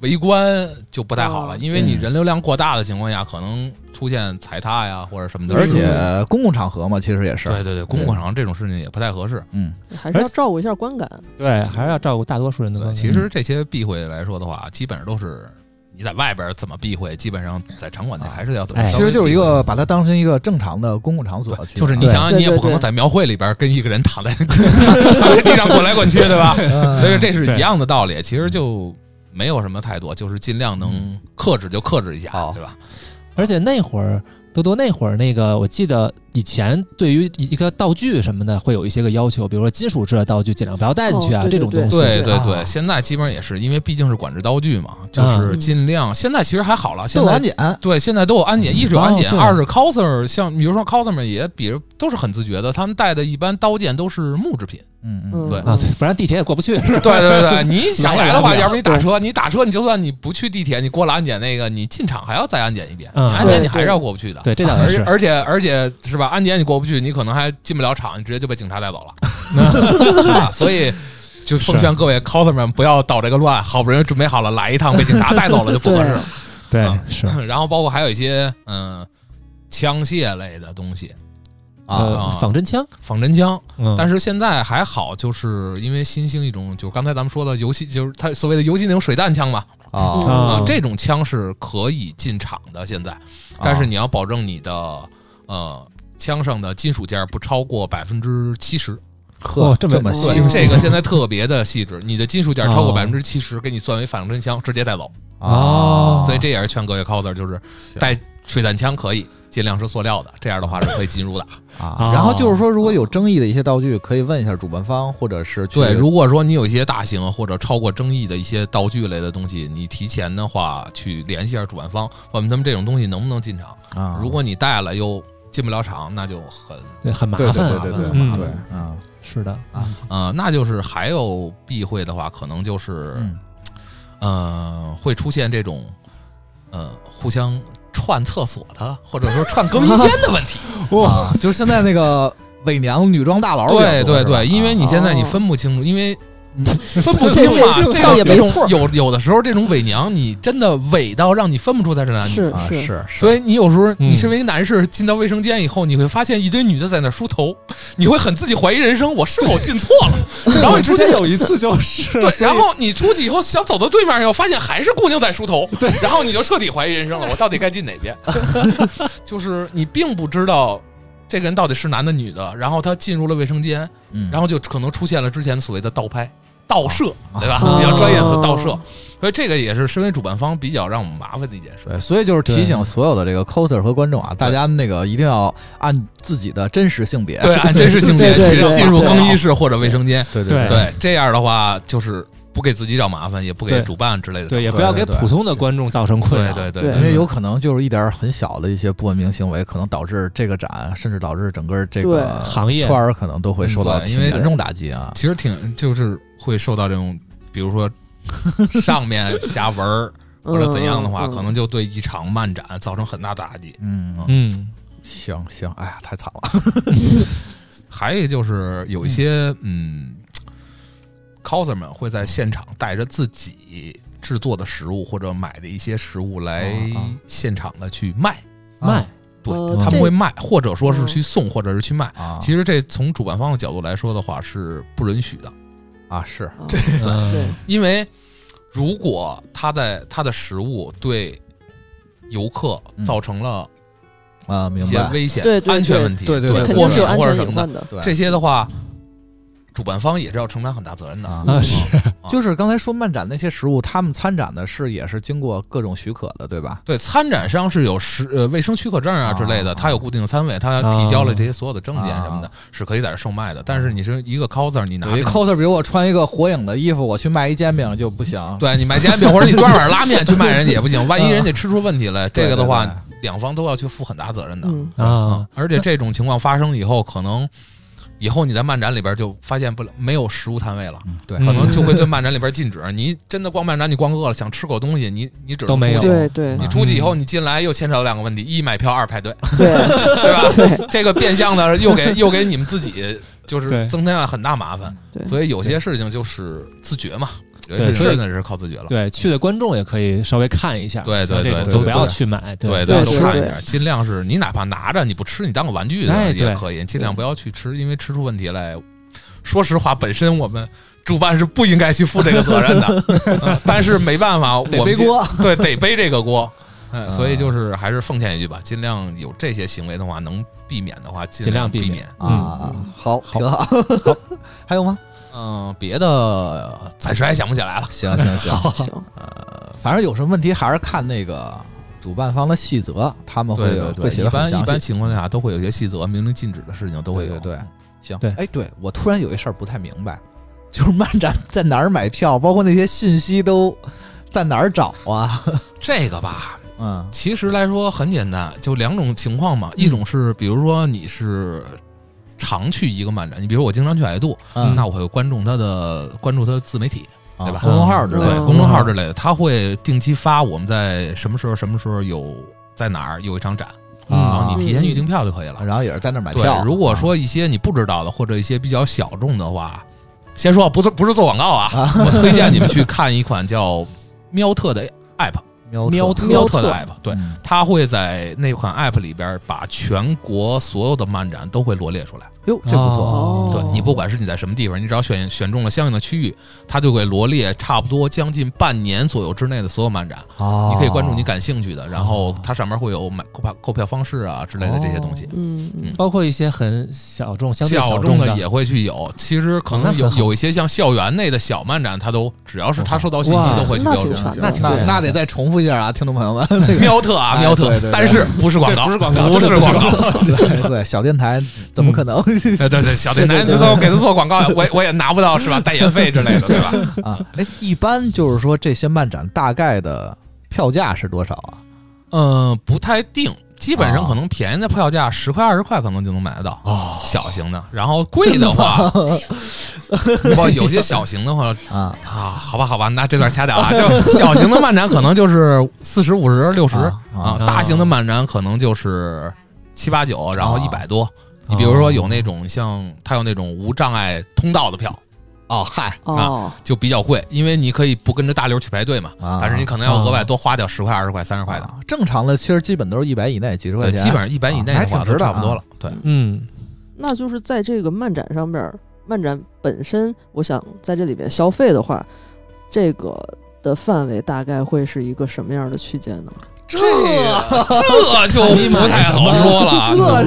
Speaker 6: 围观就不太好了，
Speaker 3: 哦
Speaker 6: 因为你
Speaker 1: 嗯
Speaker 6: 人流量过大的情况下，可能出现踩踏呀或者什么的。
Speaker 1: 而且公共场合嘛，其实也是，
Speaker 6: 对对对，公共场合这种事情也不太合适。
Speaker 1: 嗯
Speaker 3: 还是要照顾一下观感。
Speaker 4: 对，还是要照顾大多数人的
Speaker 6: 对，
Speaker 4: 观感。
Speaker 6: 其实这些避讳来说的话，基本上都是你在外边怎么避讳，基本上在场馆内还是要怎么
Speaker 4: 哎
Speaker 6: 稍
Speaker 1: 其
Speaker 6: 微避讳。
Speaker 1: 实就是一个把它当成一个正常的公共场所去，
Speaker 6: 就是你想想，
Speaker 3: 对
Speaker 6: 你也
Speaker 3: 对
Speaker 6: 不可能
Speaker 3: 对
Speaker 6: 在庙会里边跟一个人 躺在 躺在地上滚来滚去，对吧？
Speaker 1: 嗯，
Speaker 6: 所以这是
Speaker 4: 对
Speaker 6: 一样的道理，其实就没有什么太多，就是尽量
Speaker 4: 嗯
Speaker 6: 能克制就克制一下，
Speaker 1: 好
Speaker 6: 对吧？
Speaker 4: 而且那会儿多多那会儿那个，我记得以前对于一个道具什么的会有一些个要求，比如说金属制的道具尽量不要带进去啊，
Speaker 3: 哦对
Speaker 4: 这种东西。
Speaker 6: 对对
Speaker 4: 啊
Speaker 6: 对，现在基本上也是，因为毕竟是管制刀具嘛，就是尽量。现在其实还好了，
Speaker 1: 都
Speaker 6: 现
Speaker 1: 有
Speaker 6: 在
Speaker 1: 安检，
Speaker 6: 对现在都有安检，一是有安检，
Speaker 4: 哦对
Speaker 6: 二是 coser，像比如说 coser 们也比都是很自觉的，他们带的一般刀剑都是木制品。
Speaker 1: 嗯嗯
Speaker 3: 嗯，
Speaker 6: 对
Speaker 4: 啊，对，不然地铁也过不去。
Speaker 6: 对对 对，你想来的话，
Speaker 4: 来也来不了
Speaker 6: 要不你打车，你打车你就算你不去地铁，你过了安检那个，你进场还要再安检一遍，你
Speaker 4: 嗯
Speaker 6: 安检你还
Speaker 3: 对对
Speaker 6: 是要过不去的。
Speaker 4: 对，这倒也
Speaker 6: 而且
Speaker 4: 是。
Speaker 6: 而且而且是吧？安检你过不去，你可能还进不了场，你直接就被警察带走了。 是吧所以就奉劝各位 coser 们不要捣这个乱，好不容易准备好了来一趟被警察带走了就不合适了。
Speaker 4: 对
Speaker 6: 啊，
Speaker 4: 是。
Speaker 6: 然后包括还有一些嗯、枪械类的东西，
Speaker 1: 啊，
Speaker 4: 呃，仿真枪，
Speaker 6: 仿真枪，
Speaker 4: 嗯，
Speaker 6: 但
Speaker 4: 是
Speaker 6: 是现在还好，就是因为新兴一种，就是刚才咱们说的游戏，就是它所谓的游戏那种水弹枪嘛，
Speaker 1: 啊
Speaker 3: 嗯
Speaker 6: 啊
Speaker 4: 啊，，
Speaker 6: 这种枪是可以进场的现在。 但是你要保证你的呃枪上的金属件不超过百分之七十，
Speaker 1: 呵
Speaker 4: 哦这么
Speaker 1: 这么
Speaker 3: 哦
Speaker 6: 对
Speaker 1: 细，
Speaker 6: 这个
Speaker 4: 嗯
Speaker 6: 现在特别的细致，你的金属件超过百分之
Speaker 4: 哦
Speaker 6: 七十，给你算为反真枪，直接带走。
Speaker 1: 啊
Speaker 4: 哦
Speaker 6: 所以这也是劝各位 coser，就是带水弹枪可以，尽量是塑料的，这样的话是可以进入的。
Speaker 1: 啊。然后就是说，如果有争议的一些道具，可以问一下主办方，或者是去
Speaker 6: 对，如果说你有一些大型或者超过争议的一些道具类的东西，你提前的话去联系一下主办方，问问他们这种东西能不能进场。
Speaker 1: 啊，
Speaker 6: 如果你带了又进不了场，那就很
Speaker 4: 对，很麻
Speaker 1: 对
Speaker 4: 烦
Speaker 1: 对
Speaker 4: 啊，
Speaker 1: 对对
Speaker 4: 嗯
Speaker 1: 对对啊，
Speaker 4: 是的嗯
Speaker 1: 啊，
Speaker 6: 呃，那就是还有避讳的话，可能就是、
Speaker 1: 嗯
Speaker 6: 呃会出现这种呃互相串厕所的，或者说串更衣间的问题。
Speaker 1: 啊，就是现在那个伪娘女装大佬比较多，
Speaker 6: 对对
Speaker 1: 是吧
Speaker 6: 对，因为你现在你分不清楚，因为你分不清嘛
Speaker 3: 这，
Speaker 6: 这
Speaker 3: 倒也
Speaker 6: 种这
Speaker 3: 没错
Speaker 6: 种有有的时候这种伪娘，你真的伪到让你分不出她是男女。
Speaker 3: 是
Speaker 1: 啊
Speaker 3: 是
Speaker 1: 是，
Speaker 6: 所以你有时候，
Speaker 4: 嗯
Speaker 6: 你身为一个男士进到卫生间以后，你会发现一堆女的在那梳头，你会很自己怀疑人生，我是否进错了？然后你出去
Speaker 1: 有一次就是
Speaker 6: 对，然后你出去以后想走到对面以后，发现还是姑娘在梳头，对，然后你就彻底怀疑人生了，我到底该进哪边？ 就是你并不知道这个人到底是男的女的，然后他进入了卫生间，
Speaker 1: 嗯
Speaker 6: 然后就可能出现了之前所谓的倒拍、倒射，对吧？
Speaker 4: 哦
Speaker 6: 比较专业词，倒射。所以这个也是身为主办方比较让我们麻烦的一件事。
Speaker 1: 对，所以就是提
Speaker 4: 对
Speaker 1: 醒所有的这个 coser 和观众啊，大家那个一定要按自己的真实性别。
Speaker 6: 对，按真实性别
Speaker 3: 对对
Speaker 6: 去
Speaker 3: 对
Speaker 6: 进入
Speaker 3: 对
Speaker 6: 更衣室或者卫生间，
Speaker 1: 对
Speaker 4: 对
Speaker 1: 对
Speaker 6: 对，这样的话就是不给自己找麻烦，也不给
Speaker 4: 对
Speaker 6: 主办之类的。
Speaker 4: 对，也不
Speaker 1: 对
Speaker 4: 要
Speaker 1: 对
Speaker 4: 给
Speaker 1: 对
Speaker 4: 普通的观众造成困
Speaker 6: 对
Speaker 4: 扰，
Speaker 6: 对对
Speaker 3: 对
Speaker 1: 因为有可能就是一点儿很小的一些不文明行为，可能导致这个展，甚至导致整个这个
Speaker 3: 对
Speaker 4: 行业
Speaker 1: 圈儿可能都会受到
Speaker 6: 嗯对
Speaker 1: 挺
Speaker 6: 因为
Speaker 1: 严重打击啊。
Speaker 6: 其实挺就是会受到这种，比如说上面下文儿
Speaker 3: 嗯
Speaker 6: 或者怎样的话，
Speaker 3: 嗯嗯
Speaker 6: 可能就对一场漫展造成很大的打击。
Speaker 1: 嗯，
Speaker 4: 嗯，
Speaker 1: 行行，哎呀，太惨了。
Speaker 6: 还有就是有一些嗯 coser 们会在现场带着自己制作的食物或者买的一些食物来
Speaker 1: 啊啊
Speaker 6: 现场的去卖，
Speaker 4: 卖
Speaker 6: 对
Speaker 3: 呃
Speaker 6: 他们
Speaker 3: 这嗯
Speaker 6: 会卖，或者说是去送，或者是去卖。
Speaker 1: 啊，
Speaker 6: 其实这从主办方的角度来说的话是不允许的，
Speaker 1: 啊是
Speaker 3: 啊对
Speaker 4: 嗯，
Speaker 6: 因为如果他在他的食物对游客造成了
Speaker 1: 啊，
Speaker 6: 一
Speaker 1: 明
Speaker 6: 些
Speaker 1: 白。
Speaker 6: 危险、
Speaker 3: 对对
Speaker 6: 安全问题，
Speaker 1: 对对
Speaker 3: 这
Speaker 1: 对
Speaker 3: 肯
Speaker 6: 过
Speaker 3: 定是
Speaker 6: 敏
Speaker 3: 有安
Speaker 6: 或者
Speaker 3: 全
Speaker 6: 什
Speaker 3: 隐
Speaker 6: 么
Speaker 3: 患
Speaker 6: 的，
Speaker 3: 的。
Speaker 1: 对
Speaker 6: 这些的话，主办方也是要承担很大责任的。
Speaker 1: 啊
Speaker 4: 啊是
Speaker 1: 就是刚才说漫展那些食物，他们参展的是也是经过各种许可的，对吧？
Speaker 6: 对，参展商是有食呃卫生许可证啊之类
Speaker 1: 啊
Speaker 6: 的，他有固定的摊位，他
Speaker 4: 啊
Speaker 6: 提交了这些所有的证件什么的
Speaker 1: 啊，
Speaker 6: 是可以在这售卖的。但是你是一个 coser，你拿
Speaker 1: 有一
Speaker 6: 着
Speaker 1: coser，比如我穿一个火影的衣服，我去卖一煎饼就不行。
Speaker 6: 对你买煎饼或者你端碗拉面去卖人家也 不行，万一人家吃出问题来，这个的话
Speaker 1: 嗯对对
Speaker 6: 两方都要去负很大责任的。
Speaker 3: 嗯，
Speaker 4: 啊，
Speaker 6: 而且这种情况发生以后，可能以后你在漫展里边就发现不了没有食物摊位了。
Speaker 1: 嗯对，
Speaker 6: 可能
Speaker 4: 嗯
Speaker 6: 就会对漫展里边禁止。你真的逛漫展，你逛饿了想吃口东西，你你只能
Speaker 4: 都没有
Speaker 6: 出去
Speaker 4: 对
Speaker 3: 对对
Speaker 1: 嗯
Speaker 6: 你出去以后，你进来又牵扯到两个问题：一买票，二排队，
Speaker 3: 对
Speaker 6: 对吧？
Speaker 3: 对
Speaker 6: 这个变相的又给又给你们自己就是
Speaker 4: 对
Speaker 6: 增添了很大麻烦。
Speaker 3: 对，
Speaker 6: 所以有些事情就是自觉嘛，有
Speaker 4: 对
Speaker 6: 些事
Speaker 4: 所以
Speaker 6: 情真的是靠自觉了。
Speaker 4: 对，去的观众也可以稍微看一下，
Speaker 6: 对对
Speaker 4: 像这
Speaker 6: 对
Speaker 4: 种
Speaker 1: 对
Speaker 4: 都
Speaker 1: 对
Speaker 4: 不要
Speaker 1: 对
Speaker 4: 去买，
Speaker 6: 对
Speaker 4: 对
Speaker 3: 对
Speaker 6: 都
Speaker 3: 是
Speaker 6: 看一
Speaker 3: 对
Speaker 6: 下，尽量是你哪怕拿着你不吃，你当个玩具
Speaker 4: 哎
Speaker 6: 的也
Speaker 4: 对
Speaker 6: 可以，尽量不要去吃，因为吃出问题来，说实话，本身我们主办是不应该去负这个责任 的，嗯但是没办法，我
Speaker 1: 得
Speaker 6: 们
Speaker 1: 背
Speaker 6: 就
Speaker 1: 嗯锅。
Speaker 6: 对，得背这个 锅。嗯，
Speaker 1: 啊
Speaker 6: 所以就是还是奉劝一句吧，尽量有这些行为的话，能避免的话，
Speaker 4: 尽
Speaker 6: 尽
Speaker 4: 量避
Speaker 6: 避
Speaker 4: 免
Speaker 6: 免。
Speaker 1: 啊，好，
Speaker 4: 好
Speaker 1: 挺好。还有吗？
Speaker 6: 嗯，别的暂时还想不起来了。
Speaker 1: 行行行，
Speaker 3: 行，
Speaker 1: 反正有什么问题还是看那个主办方的细则，他们会
Speaker 6: 对
Speaker 1: 有
Speaker 6: 对
Speaker 1: 会
Speaker 6: 对，
Speaker 1: 写
Speaker 6: 一
Speaker 1: 的很
Speaker 6: 般一
Speaker 1: 详
Speaker 6: 般
Speaker 1: 细。
Speaker 6: 情况下都会有一些细则，明令禁止的事情都会有。
Speaker 1: 对对对，行
Speaker 4: 对。
Speaker 1: 哎，对我突然有一事儿不太明白， 就是漫展在哪儿买票，包括那些信息都在哪儿找啊？
Speaker 6: 这个吧，
Speaker 1: 嗯
Speaker 6: 其实来说很简单，就两种情况嘛，一种是比如说你是常去一个漫展，你比如我经常去百度，
Speaker 1: 嗯，
Speaker 6: 那我会关注它的关注它的自媒体，
Speaker 1: 啊
Speaker 6: 对吧
Speaker 1: 公众号之类
Speaker 6: 对、
Speaker 1: 的
Speaker 3: 嗯
Speaker 6: 公众号之类的，它会定期发我们在什么时候什么时候有在哪儿有一场展，然
Speaker 1: 啊
Speaker 6: 后你提前预订票就可以了。
Speaker 1: 然后也是在那儿买票
Speaker 6: 嗯
Speaker 1: 啊
Speaker 6: 对，。如果说一些你不知道的或者一些比较小众的话，先说不是不是做广告啊，我推荐你们去看一款叫喵特的 app，
Speaker 1: 喵
Speaker 4: 喵
Speaker 1: 特
Speaker 4: 特
Speaker 6: 喵特的 app，对。
Speaker 1: 嗯
Speaker 6: 它会在那款 App 里边把全国所有的漫展都会罗列出来。
Speaker 1: 哟，这不错。
Speaker 4: 哦
Speaker 6: 对
Speaker 3: 哦
Speaker 6: 你不管是你在什么地方，你只要选选中了相应的区域，它就会罗列差不多将近半年左右之内的所有漫展。
Speaker 1: 哦
Speaker 6: 你可以关注你感兴趣的，然后它上面会有买购票购票方式啊之类的这些东西。
Speaker 3: 嗯嗯
Speaker 4: 包括一些很小众、相对
Speaker 6: 小
Speaker 4: 众
Speaker 6: 的也会去有，其实可能
Speaker 4: 那
Speaker 6: 有
Speaker 4: 很好
Speaker 6: 有一些像校园内的小漫展，它都只要是它收到信息
Speaker 4: 哇
Speaker 6: 都会去
Speaker 3: 那
Speaker 6: 标
Speaker 3: 挺
Speaker 6: 注。
Speaker 3: 全的
Speaker 6: 那挺
Speaker 1: 那
Speaker 4: 对
Speaker 1: 那得再重复复一下啊，听众朋友们，那个
Speaker 6: 喵特啊，
Speaker 1: 哎
Speaker 6: 喵特
Speaker 1: 对对对，
Speaker 6: 但是不是广告，
Speaker 4: 这不是广告
Speaker 6: 不
Speaker 4: 这
Speaker 6: 是
Speaker 4: 不是
Speaker 6: 广 告。哎
Speaker 1: 对 对，小电台怎么可能
Speaker 6: 对对对，小电台，
Speaker 1: 对对对
Speaker 6: 你说我给他做广告，我也我也拿不到是吧？代言费之类的，对吧？
Speaker 1: 啊？哎，一般就是说这些漫展大概的票价是多少啊？
Speaker 6: 呃，不太定，基本上
Speaker 1: 啊
Speaker 6: 可能便宜的票价十块二十块可能就能买得到，
Speaker 1: 哦
Speaker 6: 小型的。然后贵的话， 不有些小型的话
Speaker 1: 啊
Speaker 6: 啊，好吧好吧，那这段掐掉 啊。就小型的漫展可能就是四十、五十、六十
Speaker 1: 啊
Speaker 6: 啊
Speaker 1: 啊，
Speaker 6: 大型的漫展可能就是七八九，然后
Speaker 1: 啊
Speaker 6: 一百多。你比如
Speaker 4: 哦
Speaker 6: 说有那种像它有那种无障碍通道的票，哦嗨啊，
Speaker 3: 哦，
Speaker 6: 就比较贵，因为你可以不跟着大流去排队嘛，
Speaker 1: 啊！
Speaker 6: 但是你可能要额外多花掉十块、二十块、三十块的。
Speaker 1: 啊正常的其实基本都是一百以内，几十块
Speaker 6: 对，
Speaker 1: 钱，
Speaker 6: 基本上一百以内
Speaker 1: 啊还
Speaker 6: 的
Speaker 1: 挺
Speaker 6: 话
Speaker 1: 值
Speaker 6: 都
Speaker 1: 的
Speaker 6: 差不多
Speaker 1: 啊
Speaker 6: 了。对，
Speaker 4: 嗯，
Speaker 3: 那就是在这个漫展上边儿，漫展本身，我想在这里边消费的话，这个的范围大概会是一个什么样的区间呢？
Speaker 6: 这这就不太好说了。啊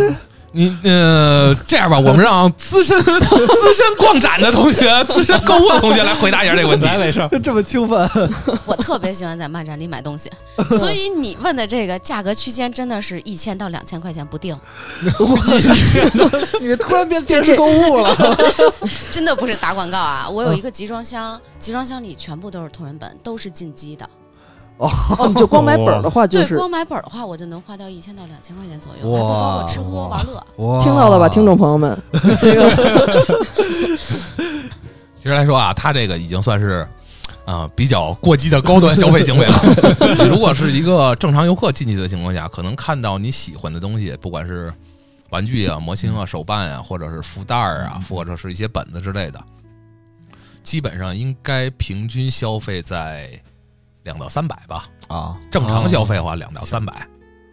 Speaker 6: 你呃，这样吧，我们让资深资深逛展的同学、资深购物的同学来回答一下这个问题。
Speaker 4: 没事。
Speaker 1: 这么兴奋，
Speaker 5: 我特别喜欢在漫展里买东 西，所以你问的这个价格区间真的是一千到两千块钱不定，
Speaker 1: 你突然变电视购物了，
Speaker 5: 真的不是打广告啊！我
Speaker 1: 嗯
Speaker 5: 有一个集装箱，集装箱里全部都是同人本，都是进击的。
Speaker 3: 哦，你就光买本儿的话，就
Speaker 5: 对，
Speaker 3: 是
Speaker 5: 光买本儿的话，我就能花掉一千到两千块钱左右，
Speaker 1: 哇
Speaker 5: 还不包括吃喝玩乐。
Speaker 3: 听到了吧，听众朋友们，这个
Speaker 6: 其实来说啊，他这个已经算是。啊、比较过激的高端消费行为了。你如果是一个正常游客进去的情况下，可能看到你喜欢的东西，不管是玩具啊、模型啊、手办啊，或者是福袋儿啊，或者是一些本子之类的，基本上应该平均消费在两到三百吧。
Speaker 1: 啊！
Speaker 6: 正常消费的话，
Speaker 1: 哦
Speaker 6: 两到三百。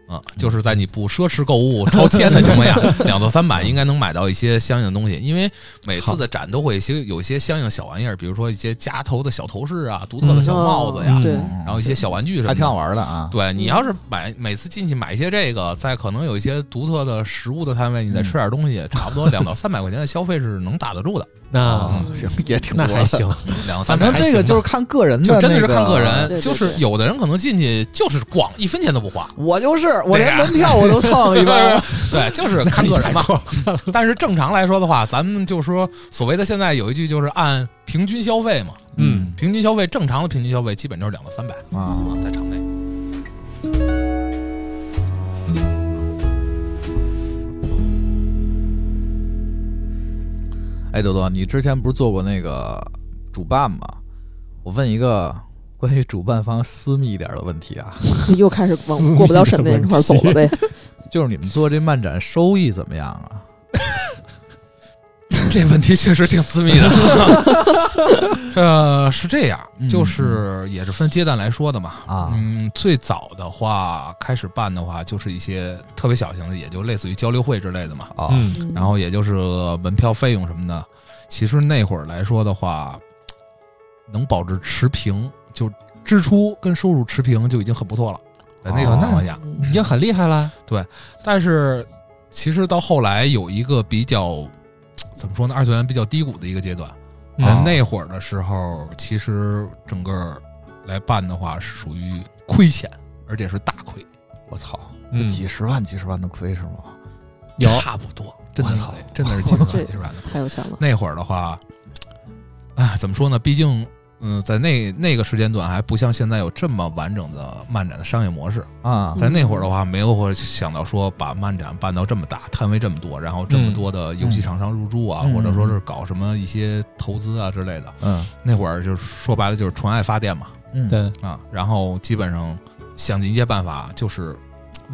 Speaker 6: 啊，就是在你不奢侈购物超千的情 况下，两到三百应该能买到一些相应的东西，因为每次的展都会有一些有一些相应小玩意儿，比如说一些夹头的小头饰啊、独特的小帽子呀
Speaker 3: 嗯，对
Speaker 1: 嗯
Speaker 6: 然后一些小玩具什么
Speaker 1: 还
Speaker 6: 的，
Speaker 1: 挺好。玩的啊。
Speaker 6: 对你要是买每次进去买一些这个，再可能有一些独特的食物的摊位，你再吃点东西，差不多两到三百块钱的消费是能打得住的。
Speaker 4: 那
Speaker 1: 嗯行，也挺多
Speaker 4: 那还行，
Speaker 6: 嗯两到
Speaker 1: 反
Speaker 6: 三百
Speaker 1: 正
Speaker 6: 还行
Speaker 1: 这个就是看个人的
Speaker 6: 就
Speaker 1: 那个，
Speaker 6: 真的是看个
Speaker 3: 对
Speaker 6: 人，
Speaker 3: 对
Speaker 6: 就是
Speaker 3: 对
Speaker 6: 有的人可能进去就是逛，一分钱都不花。
Speaker 1: 我就是，我
Speaker 6: 对
Speaker 1: 连
Speaker 6: 呀
Speaker 1: 门票我都蹭 一般。
Speaker 6: 对，就是看个人嘛。但是正常来说的话，咱们就说所谓的现在有一句就是按平均消费嘛，
Speaker 4: 嗯，
Speaker 6: 平均消费正常的平均消费基本就是两到三百
Speaker 1: 啊
Speaker 6: 啊，在场内。
Speaker 1: 哎，多多，你之前不是做过那个主办吗？我问一个关于主办方私密一点的问题啊，
Speaker 3: 又开始往过不了审的那块儿走了呗。
Speaker 1: 就是你们做这漫展收益怎么样啊？
Speaker 6: 这问题确实挺私密的。 这是这样，就是也是分阶段来说的嘛。
Speaker 1: 啊
Speaker 6: 嗯，最早的话开始办的话，就是一些特别小型的，也就类似于交流会之类的嘛。
Speaker 1: 哦，
Speaker 4: 嗯，
Speaker 6: 然后也就是门票费用什么的。其实那会儿来说的话，能保持持平，就支出跟收入持平就已经很不错了，在哦那种情况下。
Speaker 4: 已经很厉害了。
Speaker 6: 但是其实到后来有一个比较怎么说呢，二次元比较低谷的一个阶段，在
Speaker 1: 嗯
Speaker 6: 那会儿的时候，其实整个来办的话是属于亏钱，而且是大亏，
Speaker 1: 我操，
Speaker 4: 嗯
Speaker 1: 这几十万、几十万的亏是吗？
Speaker 4: 有
Speaker 6: 差不多，真的
Speaker 1: 我
Speaker 6: 是
Speaker 1: 操
Speaker 6: 真 的是几十
Speaker 3: 这
Speaker 6: 万几十万的
Speaker 3: 太有钱了，
Speaker 6: 那会儿的话，哎，怎么说呢？毕竟，嗯，在那那个时间段还不像现在有这么完整的漫展的商业模式。
Speaker 1: 啊
Speaker 6: 在那会儿的话，没有会想到说把漫展办到这么大，摊位这么多，然后这么多的游戏厂商入驻啊，
Speaker 1: 嗯
Speaker 6: 或者说是搞什么一些投资啊之类的。
Speaker 1: 嗯
Speaker 6: 那会儿就是说白了就是纯爱发电嘛，
Speaker 1: 嗯，
Speaker 4: 对，
Speaker 6: 啊，然后基本上想尽一切办法，就是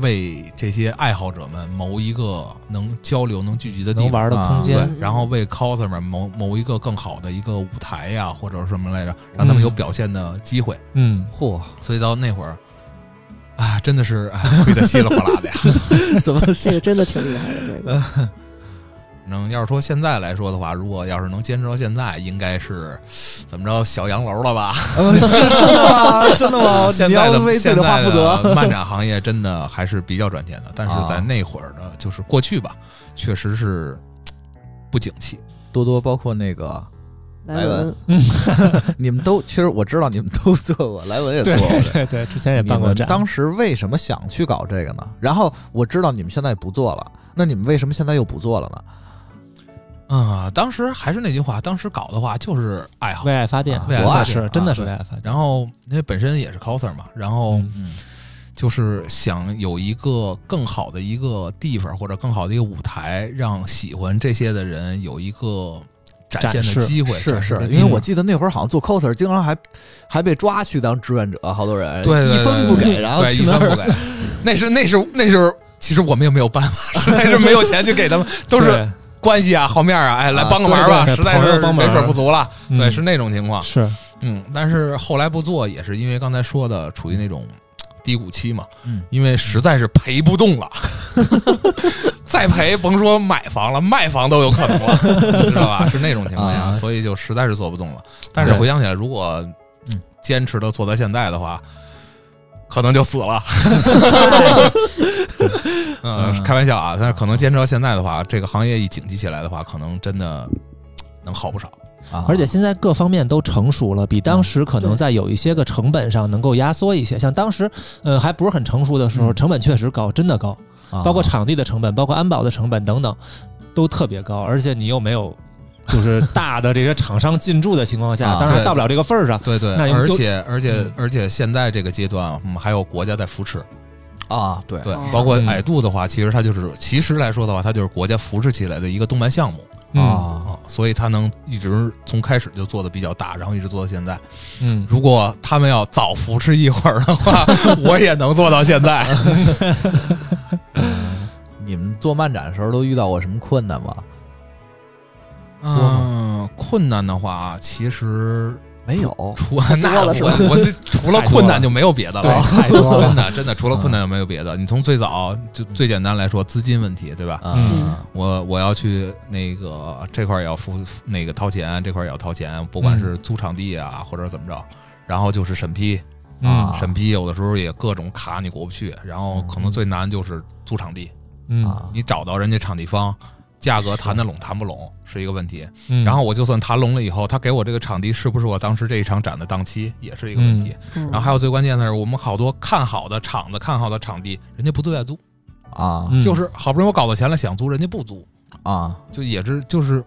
Speaker 6: 为这些爱好者们谋一个能交流、能聚集的地
Speaker 4: 能
Speaker 6: 方。啊
Speaker 4: 玩的空
Speaker 1: 对
Speaker 4: 间，
Speaker 3: 嗯
Speaker 6: 然后为 coser 们谋谋一个更好的一个舞台呀、或者什么来着，
Speaker 1: 嗯
Speaker 6: 让他们有表现的机会。
Speaker 4: 嗯，
Speaker 1: 嚯，
Speaker 6: 所以到那会儿，啊，真的是啊亏得稀里哗啦 的呀。
Speaker 1: 怎么
Speaker 3: 这个真的挺厉害的，这个
Speaker 6: 反正要是说现在来说的话，如果要是能坚持到现在，应该是怎么着小洋楼了吧？
Speaker 1: 呃是 真的吗？真的 吗？
Speaker 6: 现
Speaker 1: 哦 你
Speaker 6: 在
Speaker 1: 要
Speaker 6: 的
Speaker 1: 为自己的话负
Speaker 6: 现在
Speaker 1: 责。
Speaker 6: 的漫展行业真的还是比较赚钱的，但是在
Speaker 1: 啊
Speaker 6: 那会儿的，就是过去吧，确实是不景气。
Speaker 1: 多多包括那个
Speaker 3: 莱
Speaker 1: 莱
Speaker 3: 文
Speaker 1: 文，你们都其实我知道你们都做过，莱文也做
Speaker 4: 对
Speaker 1: 过。
Speaker 4: 对对，之前也
Speaker 1: 你
Speaker 4: 办过
Speaker 1: 们
Speaker 4: 展，
Speaker 1: 当时为什么想去搞这个呢？然后我知道你们现在不做了，那你们为什么现在又不做了呢？
Speaker 6: 啊、当时还是那句话，当时搞的话就是爱好
Speaker 4: 为，爱发电，
Speaker 1: 啊
Speaker 6: 为爱
Speaker 4: 真的
Speaker 6: 发
Speaker 4: 是
Speaker 1: 电
Speaker 4: 真的
Speaker 1: 啊
Speaker 4: 是为爱发电。
Speaker 6: 然后因为本身也是 coser 嘛，然后
Speaker 4: 嗯
Speaker 1: 嗯，
Speaker 6: 就是想有一个更好的一个地方或者更好的一个舞台，让喜欢这些的人有一个展
Speaker 4: 展
Speaker 6: 现
Speaker 4: 示
Speaker 6: 的机会。
Speaker 1: 是
Speaker 6: 展
Speaker 1: 是
Speaker 6: 示的，
Speaker 1: 因为
Speaker 6: 机会
Speaker 1: 我记得那会儿好像做 coser 经常还还被抓去当志愿者，好多人
Speaker 6: 对对
Speaker 1: 一分不给，然后
Speaker 6: 对
Speaker 1: 去
Speaker 6: 一
Speaker 1: 那
Speaker 6: 分不
Speaker 1: 儿
Speaker 6: 给，那是那是那是，其实我们也没有办法，实在是没有钱去给他们，都是
Speaker 4: 对
Speaker 6: 关系啊、好面啊，哎，来
Speaker 1: 啊
Speaker 6: 帮个忙
Speaker 4: 对
Speaker 6: 吧，
Speaker 4: 对对
Speaker 6: 实在
Speaker 4: 朋
Speaker 6: 是
Speaker 4: 友帮忙
Speaker 6: 人手不足了，
Speaker 4: 嗯
Speaker 6: 对，是那种情况。
Speaker 1: 啊
Speaker 4: 是
Speaker 6: 嗯，但是后来不做也是因为刚才说的处于那种低谷期嘛，
Speaker 1: 嗯
Speaker 6: 因为实在是赔不动了， 再赔甭说买房了，卖房都有可能了， 你知道吧？是那种情况下，
Speaker 1: 啊
Speaker 6: 所以就实在是做不动了。但是
Speaker 4: 对
Speaker 6: 回想起来，如果
Speaker 1: 嗯
Speaker 6: 坚持的做到现在的话。可能就死了， 嗯，
Speaker 1: 嗯
Speaker 6: 开玩笑啊，但是可能坚持到现在的话，这个行业一景气起来的话，可能真的能好不少。
Speaker 1: 啊
Speaker 4: 而且现在各方面都成熟了，比当
Speaker 1: 嗯
Speaker 4: 时可能在有一些个成本上能够压缩一些。像当时，呃，还不是很成熟的时候，
Speaker 1: 嗯
Speaker 4: 成本确实高，真的高，
Speaker 1: 啊
Speaker 4: 包括场地的成本，包括安保的成本等等，都特别高。而且你又没有，就是大的这些厂商进驻的情况下，
Speaker 1: 啊
Speaker 4: 当然
Speaker 6: 对
Speaker 4: 到不了这个份儿上。
Speaker 6: 对对，
Speaker 4: 那你们
Speaker 6: 而
Speaker 4: 就
Speaker 6: 且而且
Speaker 4: 嗯
Speaker 6: 而且现在这个阶段，我们还有国家在扶持，
Speaker 1: 啊，对
Speaker 6: 对
Speaker 3: 哎哦，
Speaker 6: 包括
Speaker 4: 嗯
Speaker 6: 矮度的话，其实它就是其实来说的话，它就是国家扶持起来的一个动漫项目
Speaker 4: 嗯
Speaker 1: 啊，
Speaker 6: 啊，所以它能一直从开始就做的比较大，然后一直做到现在。
Speaker 4: 嗯，
Speaker 6: 如果他们要早扶持一会儿 的话，我也能做到现在。
Speaker 1: 你们做漫展的时候都遇到过什么困难吗？
Speaker 6: 嗯，困难的话，啊其实
Speaker 1: 没
Speaker 3: 哦
Speaker 1: 有，
Speaker 6: 除那
Speaker 3: 多了是吧
Speaker 6: 我我 这除了困难就没有别的
Speaker 4: 对
Speaker 6: 了。，
Speaker 4: 太多
Speaker 6: 真
Speaker 4: 了。嗯
Speaker 6: 的，真的，除了困难就没有别的。你从最早就最简单来说，资金问题，对吧？
Speaker 1: 嗯
Speaker 6: 我我要去那个这块儿也要付那个掏钱，这块儿也要掏钱，不管是租场地啊、或者怎么着，然后就是审批，
Speaker 4: 嗯
Speaker 1: 啊
Speaker 6: 审批有的时候也各种卡你过不去，然后可能最难就是租场地，
Speaker 4: 嗯
Speaker 1: 啊
Speaker 6: 你找到人家场地方，价格谈得拢谈不拢是一个问题，
Speaker 4: 嗯，
Speaker 6: 然后我就算谈拢了以后，他给我这个场地是不是我当时这一场展的档期也是一个问题，
Speaker 3: 嗯
Speaker 6: 然后还有最关键的是我们好多看好的场子、看好的场地，人家不对外租，
Speaker 1: 啊
Speaker 4: 嗯
Speaker 6: 就是好不容易我搞到钱了想租，人家不租。
Speaker 1: 啊，
Speaker 6: 就也是就是，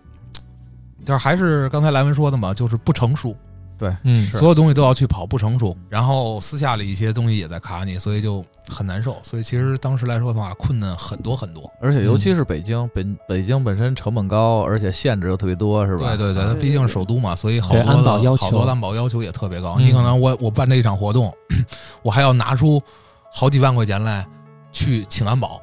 Speaker 6: 但是还是刚才莱文说的嘛，就是不成熟，
Speaker 1: 对，
Speaker 4: 嗯
Speaker 1: 是
Speaker 6: 所有东西都要去跑不成熟，然后私下里一些东西也在卡你，所以就很难受。所以其实当时来说的话，困难很多很多。
Speaker 1: 而且尤其是北京，北北京本身成本高，而且限制又特别多，是吧？
Speaker 6: 对对对，它
Speaker 3: 对
Speaker 6: 毕竟是首都嘛，所以好
Speaker 4: 对安
Speaker 6: 多
Speaker 4: 保要
Speaker 6: 的
Speaker 4: 求
Speaker 6: 好多的安保要求也特别高。
Speaker 4: 嗯
Speaker 6: 你可能我我办这一场活动，我还要拿出好几万块钱来去请安保，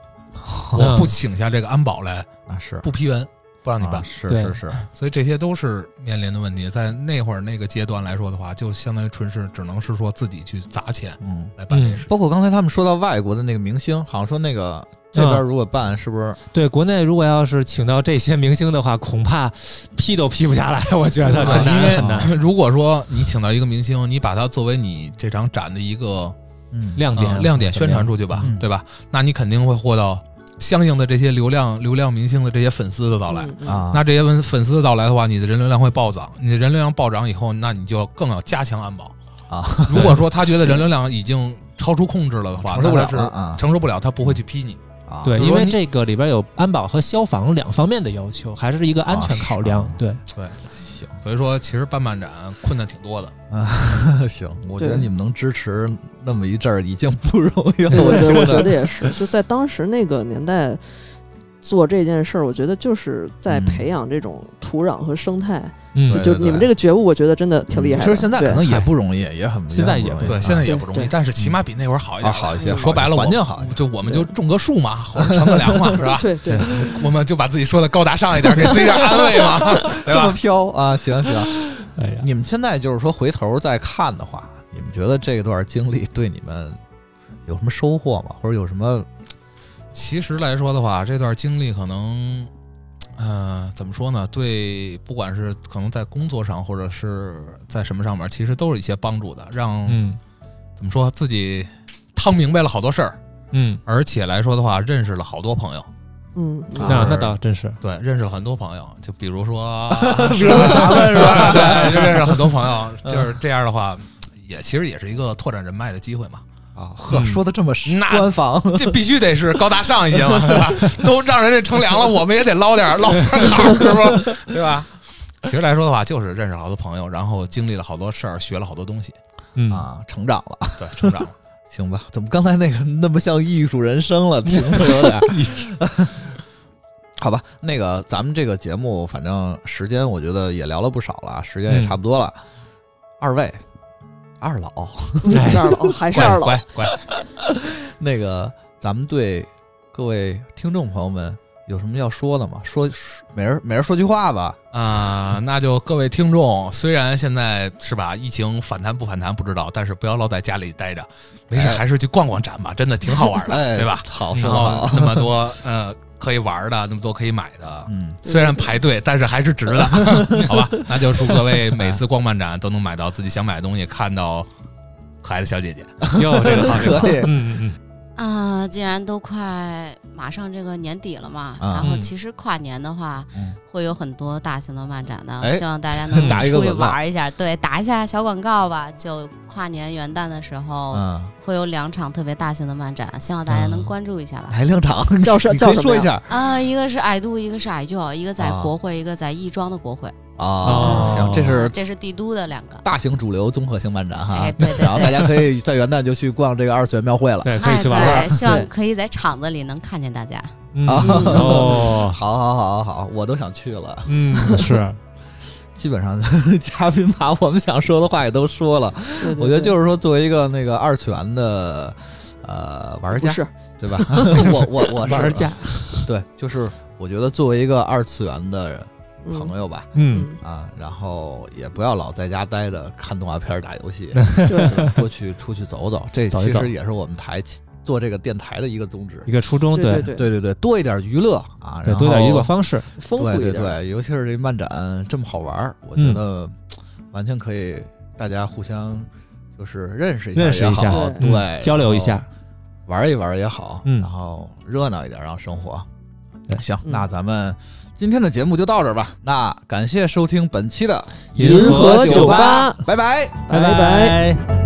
Speaker 4: 嗯
Speaker 6: 我不请下这个安保来，
Speaker 1: 啊是
Speaker 6: 不批文，不让你办
Speaker 1: 啊。是
Speaker 4: 对
Speaker 1: 是 是
Speaker 6: 所以这些都是面临的问题。在那会儿那个阶段来说的话，就相当于纯是只能是说自己去砸钱
Speaker 1: 嗯。
Speaker 6: 来办这事。
Speaker 1: 包括刚才他们说到外国的那个明星，好像说那个
Speaker 6: 嗯
Speaker 1: 这边如果办是不是
Speaker 4: 对国内如果要是请到这些明星的话，恐怕批都批不下来，我觉得
Speaker 1: 对
Speaker 4: 很
Speaker 6: 嗯因
Speaker 4: 难
Speaker 6: 为
Speaker 4: 很难。
Speaker 6: 如果说你请到一个明星，你把他作为你这场展的一个
Speaker 1: 嗯
Speaker 4: 亮点、
Speaker 6: 呃亮点宣传出去吧，
Speaker 1: 嗯
Speaker 6: 对吧？那你肯定会获到相应的这些流量、流量明星的这些粉丝的到来。
Speaker 3: 嗯嗯
Speaker 1: 啊
Speaker 6: 那这些粉粉丝的到来的话，你的人流量会暴涨。你的人流量暴涨以后，那你就更要加强安保
Speaker 1: 啊。
Speaker 6: 如果说他觉得人流量已经超出控制了的话，
Speaker 1: 承受不了
Speaker 6: 那
Speaker 1: 了
Speaker 6: 他
Speaker 1: 啊
Speaker 6: 是承受不了，他不会去批你。
Speaker 1: 啊
Speaker 4: 对，
Speaker 6: 比
Speaker 4: 因
Speaker 6: 如说
Speaker 4: 为
Speaker 6: 你
Speaker 4: 这个里边有安保和消防两方面的要求，还是一个安全考量。
Speaker 1: 啊
Speaker 4: 对，
Speaker 6: 对，
Speaker 1: 行
Speaker 6: 所以说其实办漫展困难挺多的。
Speaker 1: 行，我觉得你们能支持那么一阵儿已经不容易了，
Speaker 3: 对
Speaker 1: 我
Speaker 3: 对 对，
Speaker 1: 觉
Speaker 3: 我觉
Speaker 1: 得
Speaker 3: 得也是，就在当时那个年代做这件事儿，我觉得就是在
Speaker 1: 嗯
Speaker 3: 培养这种土壤和生态。
Speaker 4: 嗯
Speaker 1: 对
Speaker 3: 就你们这个觉悟，我觉得真的挺厉害的。
Speaker 1: 其实现在
Speaker 3: 对
Speaker 1: 可能也不容易，也很
Speaker 4: 现在也
Speaker 1: 不容
Speaker 4: 对
Speaker 1: 易
Speaker 6: 对，
Speaker 1: 啊
Speaker 6: 现在也不容易，
Speaker 3: 对
Speaker 6: 但是起码比那会儿好一点
Speaker 1: 啊
Speaker 6: 了。
Speaker 1: 好一些
Speaker 6: 就
Speaker 1: 好
Speaker 6: 说
Speaker 1: 一
Speaker 6: 白
Speaker 1: 些
Speaker 6: 了，
Speaker 1: 环
Speaker 6: 我
Speaker 1: 境好一些
Speaker 6: 就我们就种个树 嘛，或者乘个凉嘛，是吧？
Speaker 3: 对对，
Speaker 6: 我们就把自己说的高大上一点，给自己点安 慰嘛，对
Speaker 1: 这么
Speaker 6: 吧？
Speaker 1: 飘啊，行行。
Speaker 4: 哎呀，
Speaker 1: 你们现在就是说回头再看的话，你们觉得这段经历对你们有什么收获吗？或者有什么
Speaker 6: 其实来说的话，这段经历可能，呃，怎么说呢？对，不管是可能在工作上，或者是在什么上面，其实都是一些帮助的，让、
Speaker 4: 嗯
Speaker 6: 怎么说自己趟明白了好多事儿，
Speaker 4: 嗯
Speaker 6: 而且来说的话，认识了好多朋友。
Speaker 3: 嗯，
Speaker 6: 啊
Speaker 4: 那那倒真是，
Speaker 6: 对，认识了很多朋友，就比如说，
Speaker 1: 比如说咱们是吧？
Speaker 6: 对，就认识了很多朋友，就是这样的话，也其实也是一个拓展人脉的 机会嘛。
Speaker 1: 啊，呵，说的这么实官方，
Speaker 6: 这必须得是高大上一些嘛，对吧？都让人家乘凉了，我们也得捞点儿捞点儿好，是吧？对吧？其实来说的话，就是认识了好多朋友，然后经历了好多事儿，学了好多东西，
Speaker 4: 嗯，
Speaker 1: 啊，成长了，
Speaker 6: 对，成长了。
Speaker 1: 行吧？怎么刚才那个那么像艺术人生 了，停了有点儿。 好吧，那个咱们这个节目，反正时间我觉得也聊了不少了，时间也差不多了。二位，嗯二老，
Speaker 3: 二老还是
Speaker 6: 乖
Speaker 3: 二老，
Speaker 6: 乖乖，
Speaker 1: 那个咱们对各位听众朋友们有什么要说的吗？说每人每人说句话吧。
Speaker 6: 啊、那就各位听众，虽然现在是吧，疫情反弹不反弹不知道，但是不要老在家里待着，没事
Speaker 1: 哎
Speaker 6: 还是去逛逛展吧，真的挺好玩的，
Speaker 1: 哎，
Speaker 6: 对吧？？
Speaker 1: 好，
Speaker 6: 然
Speaker 1: 说得
Speaker 6: 后
Speaker 1: 好。
Speaker 6: 那么多呃可以玩的，那么多可以买的，
Speaker 1: 嗯，
Speaker 6: 虽然排队，但是还是 值的，好吧？那就祝各位每次逛漫展都能买到自己想买的东西，看到可爱的小姐姐。
Speaker 4: 哟，这个好，这个 好
Speaker 1: 可以
Speaker 4: 嗯嗯嗯，
Speaker 5: 啊，既然都快马上这个年底了嘛，
Speaker 1: 啊
Speaker 5: 然后
Speaker 4: 嗯
Speaker 5: 其实跨年的话、
Speaker 1: 嗯
Speaker 5: 会有很多大型的漫展的，
Speaker 1: 哎
Speaker 5: 希望大家能
Speaker 1: 打一个
Speaker 5: 出去
Speaker 1: 广告
Speaker 5: 玩儿一下，对，打一下小广告吧。就跨年元旦的时候、
Speaker 1: 嗯，
Speaker 5: 会有两场特别大型的漫展，希望大家能关注一下吧。
Speaker 1: 来两场，
Speaker 3: 叫什
Speaker 1: 你
Speaker 3: 叫
Speaker 1: 可以
Speaker 3: 什么
Speaker 1: 说一
Speaker 3: 呀
Speaker 1: 下
Speaker 5: 啊，一个是矮度，一个是矮旧，一个在
Speaker 1: 啊
Speaker 5: 国会，一个在亦庄的国会，
Speaker 1: 啊？行，这是
Speaker 5: 这是帝都的两个。
Speaker 1: 大型主流综合性漫展哈
Speaker 5: 哎，对对对
Speaker 1: 然后大家可以在元旦就去逛这个二次元庙会了。
Speaker 4: 对，可
Speaker 5: 哎，
Speaker 4: 以去玩玩。
Speaker 5: 对，希望
Speaker 1: 对
Speaker 5: 可以在场子里能看见大家。
Speaker 4: 嗯
Speaker 1: 啊
Speaker 4: 哦，
Speaker 1: 好好好好好，我都想去了。
Speaker 4: 嗯，是，
Speaker 1: 基本上嘉宾把我们想说的话也都说了。
Speaker 3: 对对
Speaker 1: 我觉得
Speaker 3: 对
Speaker 1: 就是说，作为 一个那个二次元的呃玩
Speaker 3: 不
Speaker 1: 家，
Speaker 3: 是
Speaker 1: 对吧？ 我我我是
Speaker 4: 玩家，
Speaker 1: 对，就是我觉得作为一个二次元的
Speaker 3: 嗯
Speaker 1: 朋友吧，
Speaker 4: 嗯，
Speaker 1: 啊，然后也不要老在家待着看动画片儿、打游 戏，
Speaker 3: 对，
Speaker 1: 多去出去走走。这
Speaker 4: 走一
Speaker 1: 其
Speaker 4: 走
Speaker 1: 实也是我们台做这个电台的一个宗旨
Speaker 4: 一。个初衷，
Speaker 3: 对对，
Speaker 1: 对对对，多一点娱乐啊，
Speaker 4: 对
Speaker 1: 然，
Speaker 4: 多点娱
Speaker 1: 后
Speaker 4: 乐方式，
Speaker 3: 丰富一
Speaker 1: 对对
Speaker 3: 点，
Speaker 1: 对，尤其是这漫展这么好玩儿，我觉
Speaker 4: 嗯
Speaker 1: 得完全可以大家互相就是认识一下也
Speaker 4: 认
Speaker 1: 好，
Speaker 4: 识一下，
Speaker 3: 好
Speaker 4: 嗯
Speaker 1: 对，
Speaker 4: 交流一下，，
Speaker 1: 玩一玩也好，
Speaker 4: 嗯
Speaker 1: 然后热闹一点，让生活。
Speaker 4: 对
Speaker 1: 行，
Speaker 3: 嗯
Speaker 1: 那咱们今天的节目就到这儿吧。那感谢收听本期的
Speaker 4: 银河
Speaker 1: 酒
Speaker 3: 酒吧
Speaker 1: 拜拜。
Speaker 4: 拜
Speaker 3: 拜拜
Speaker 4: 拜。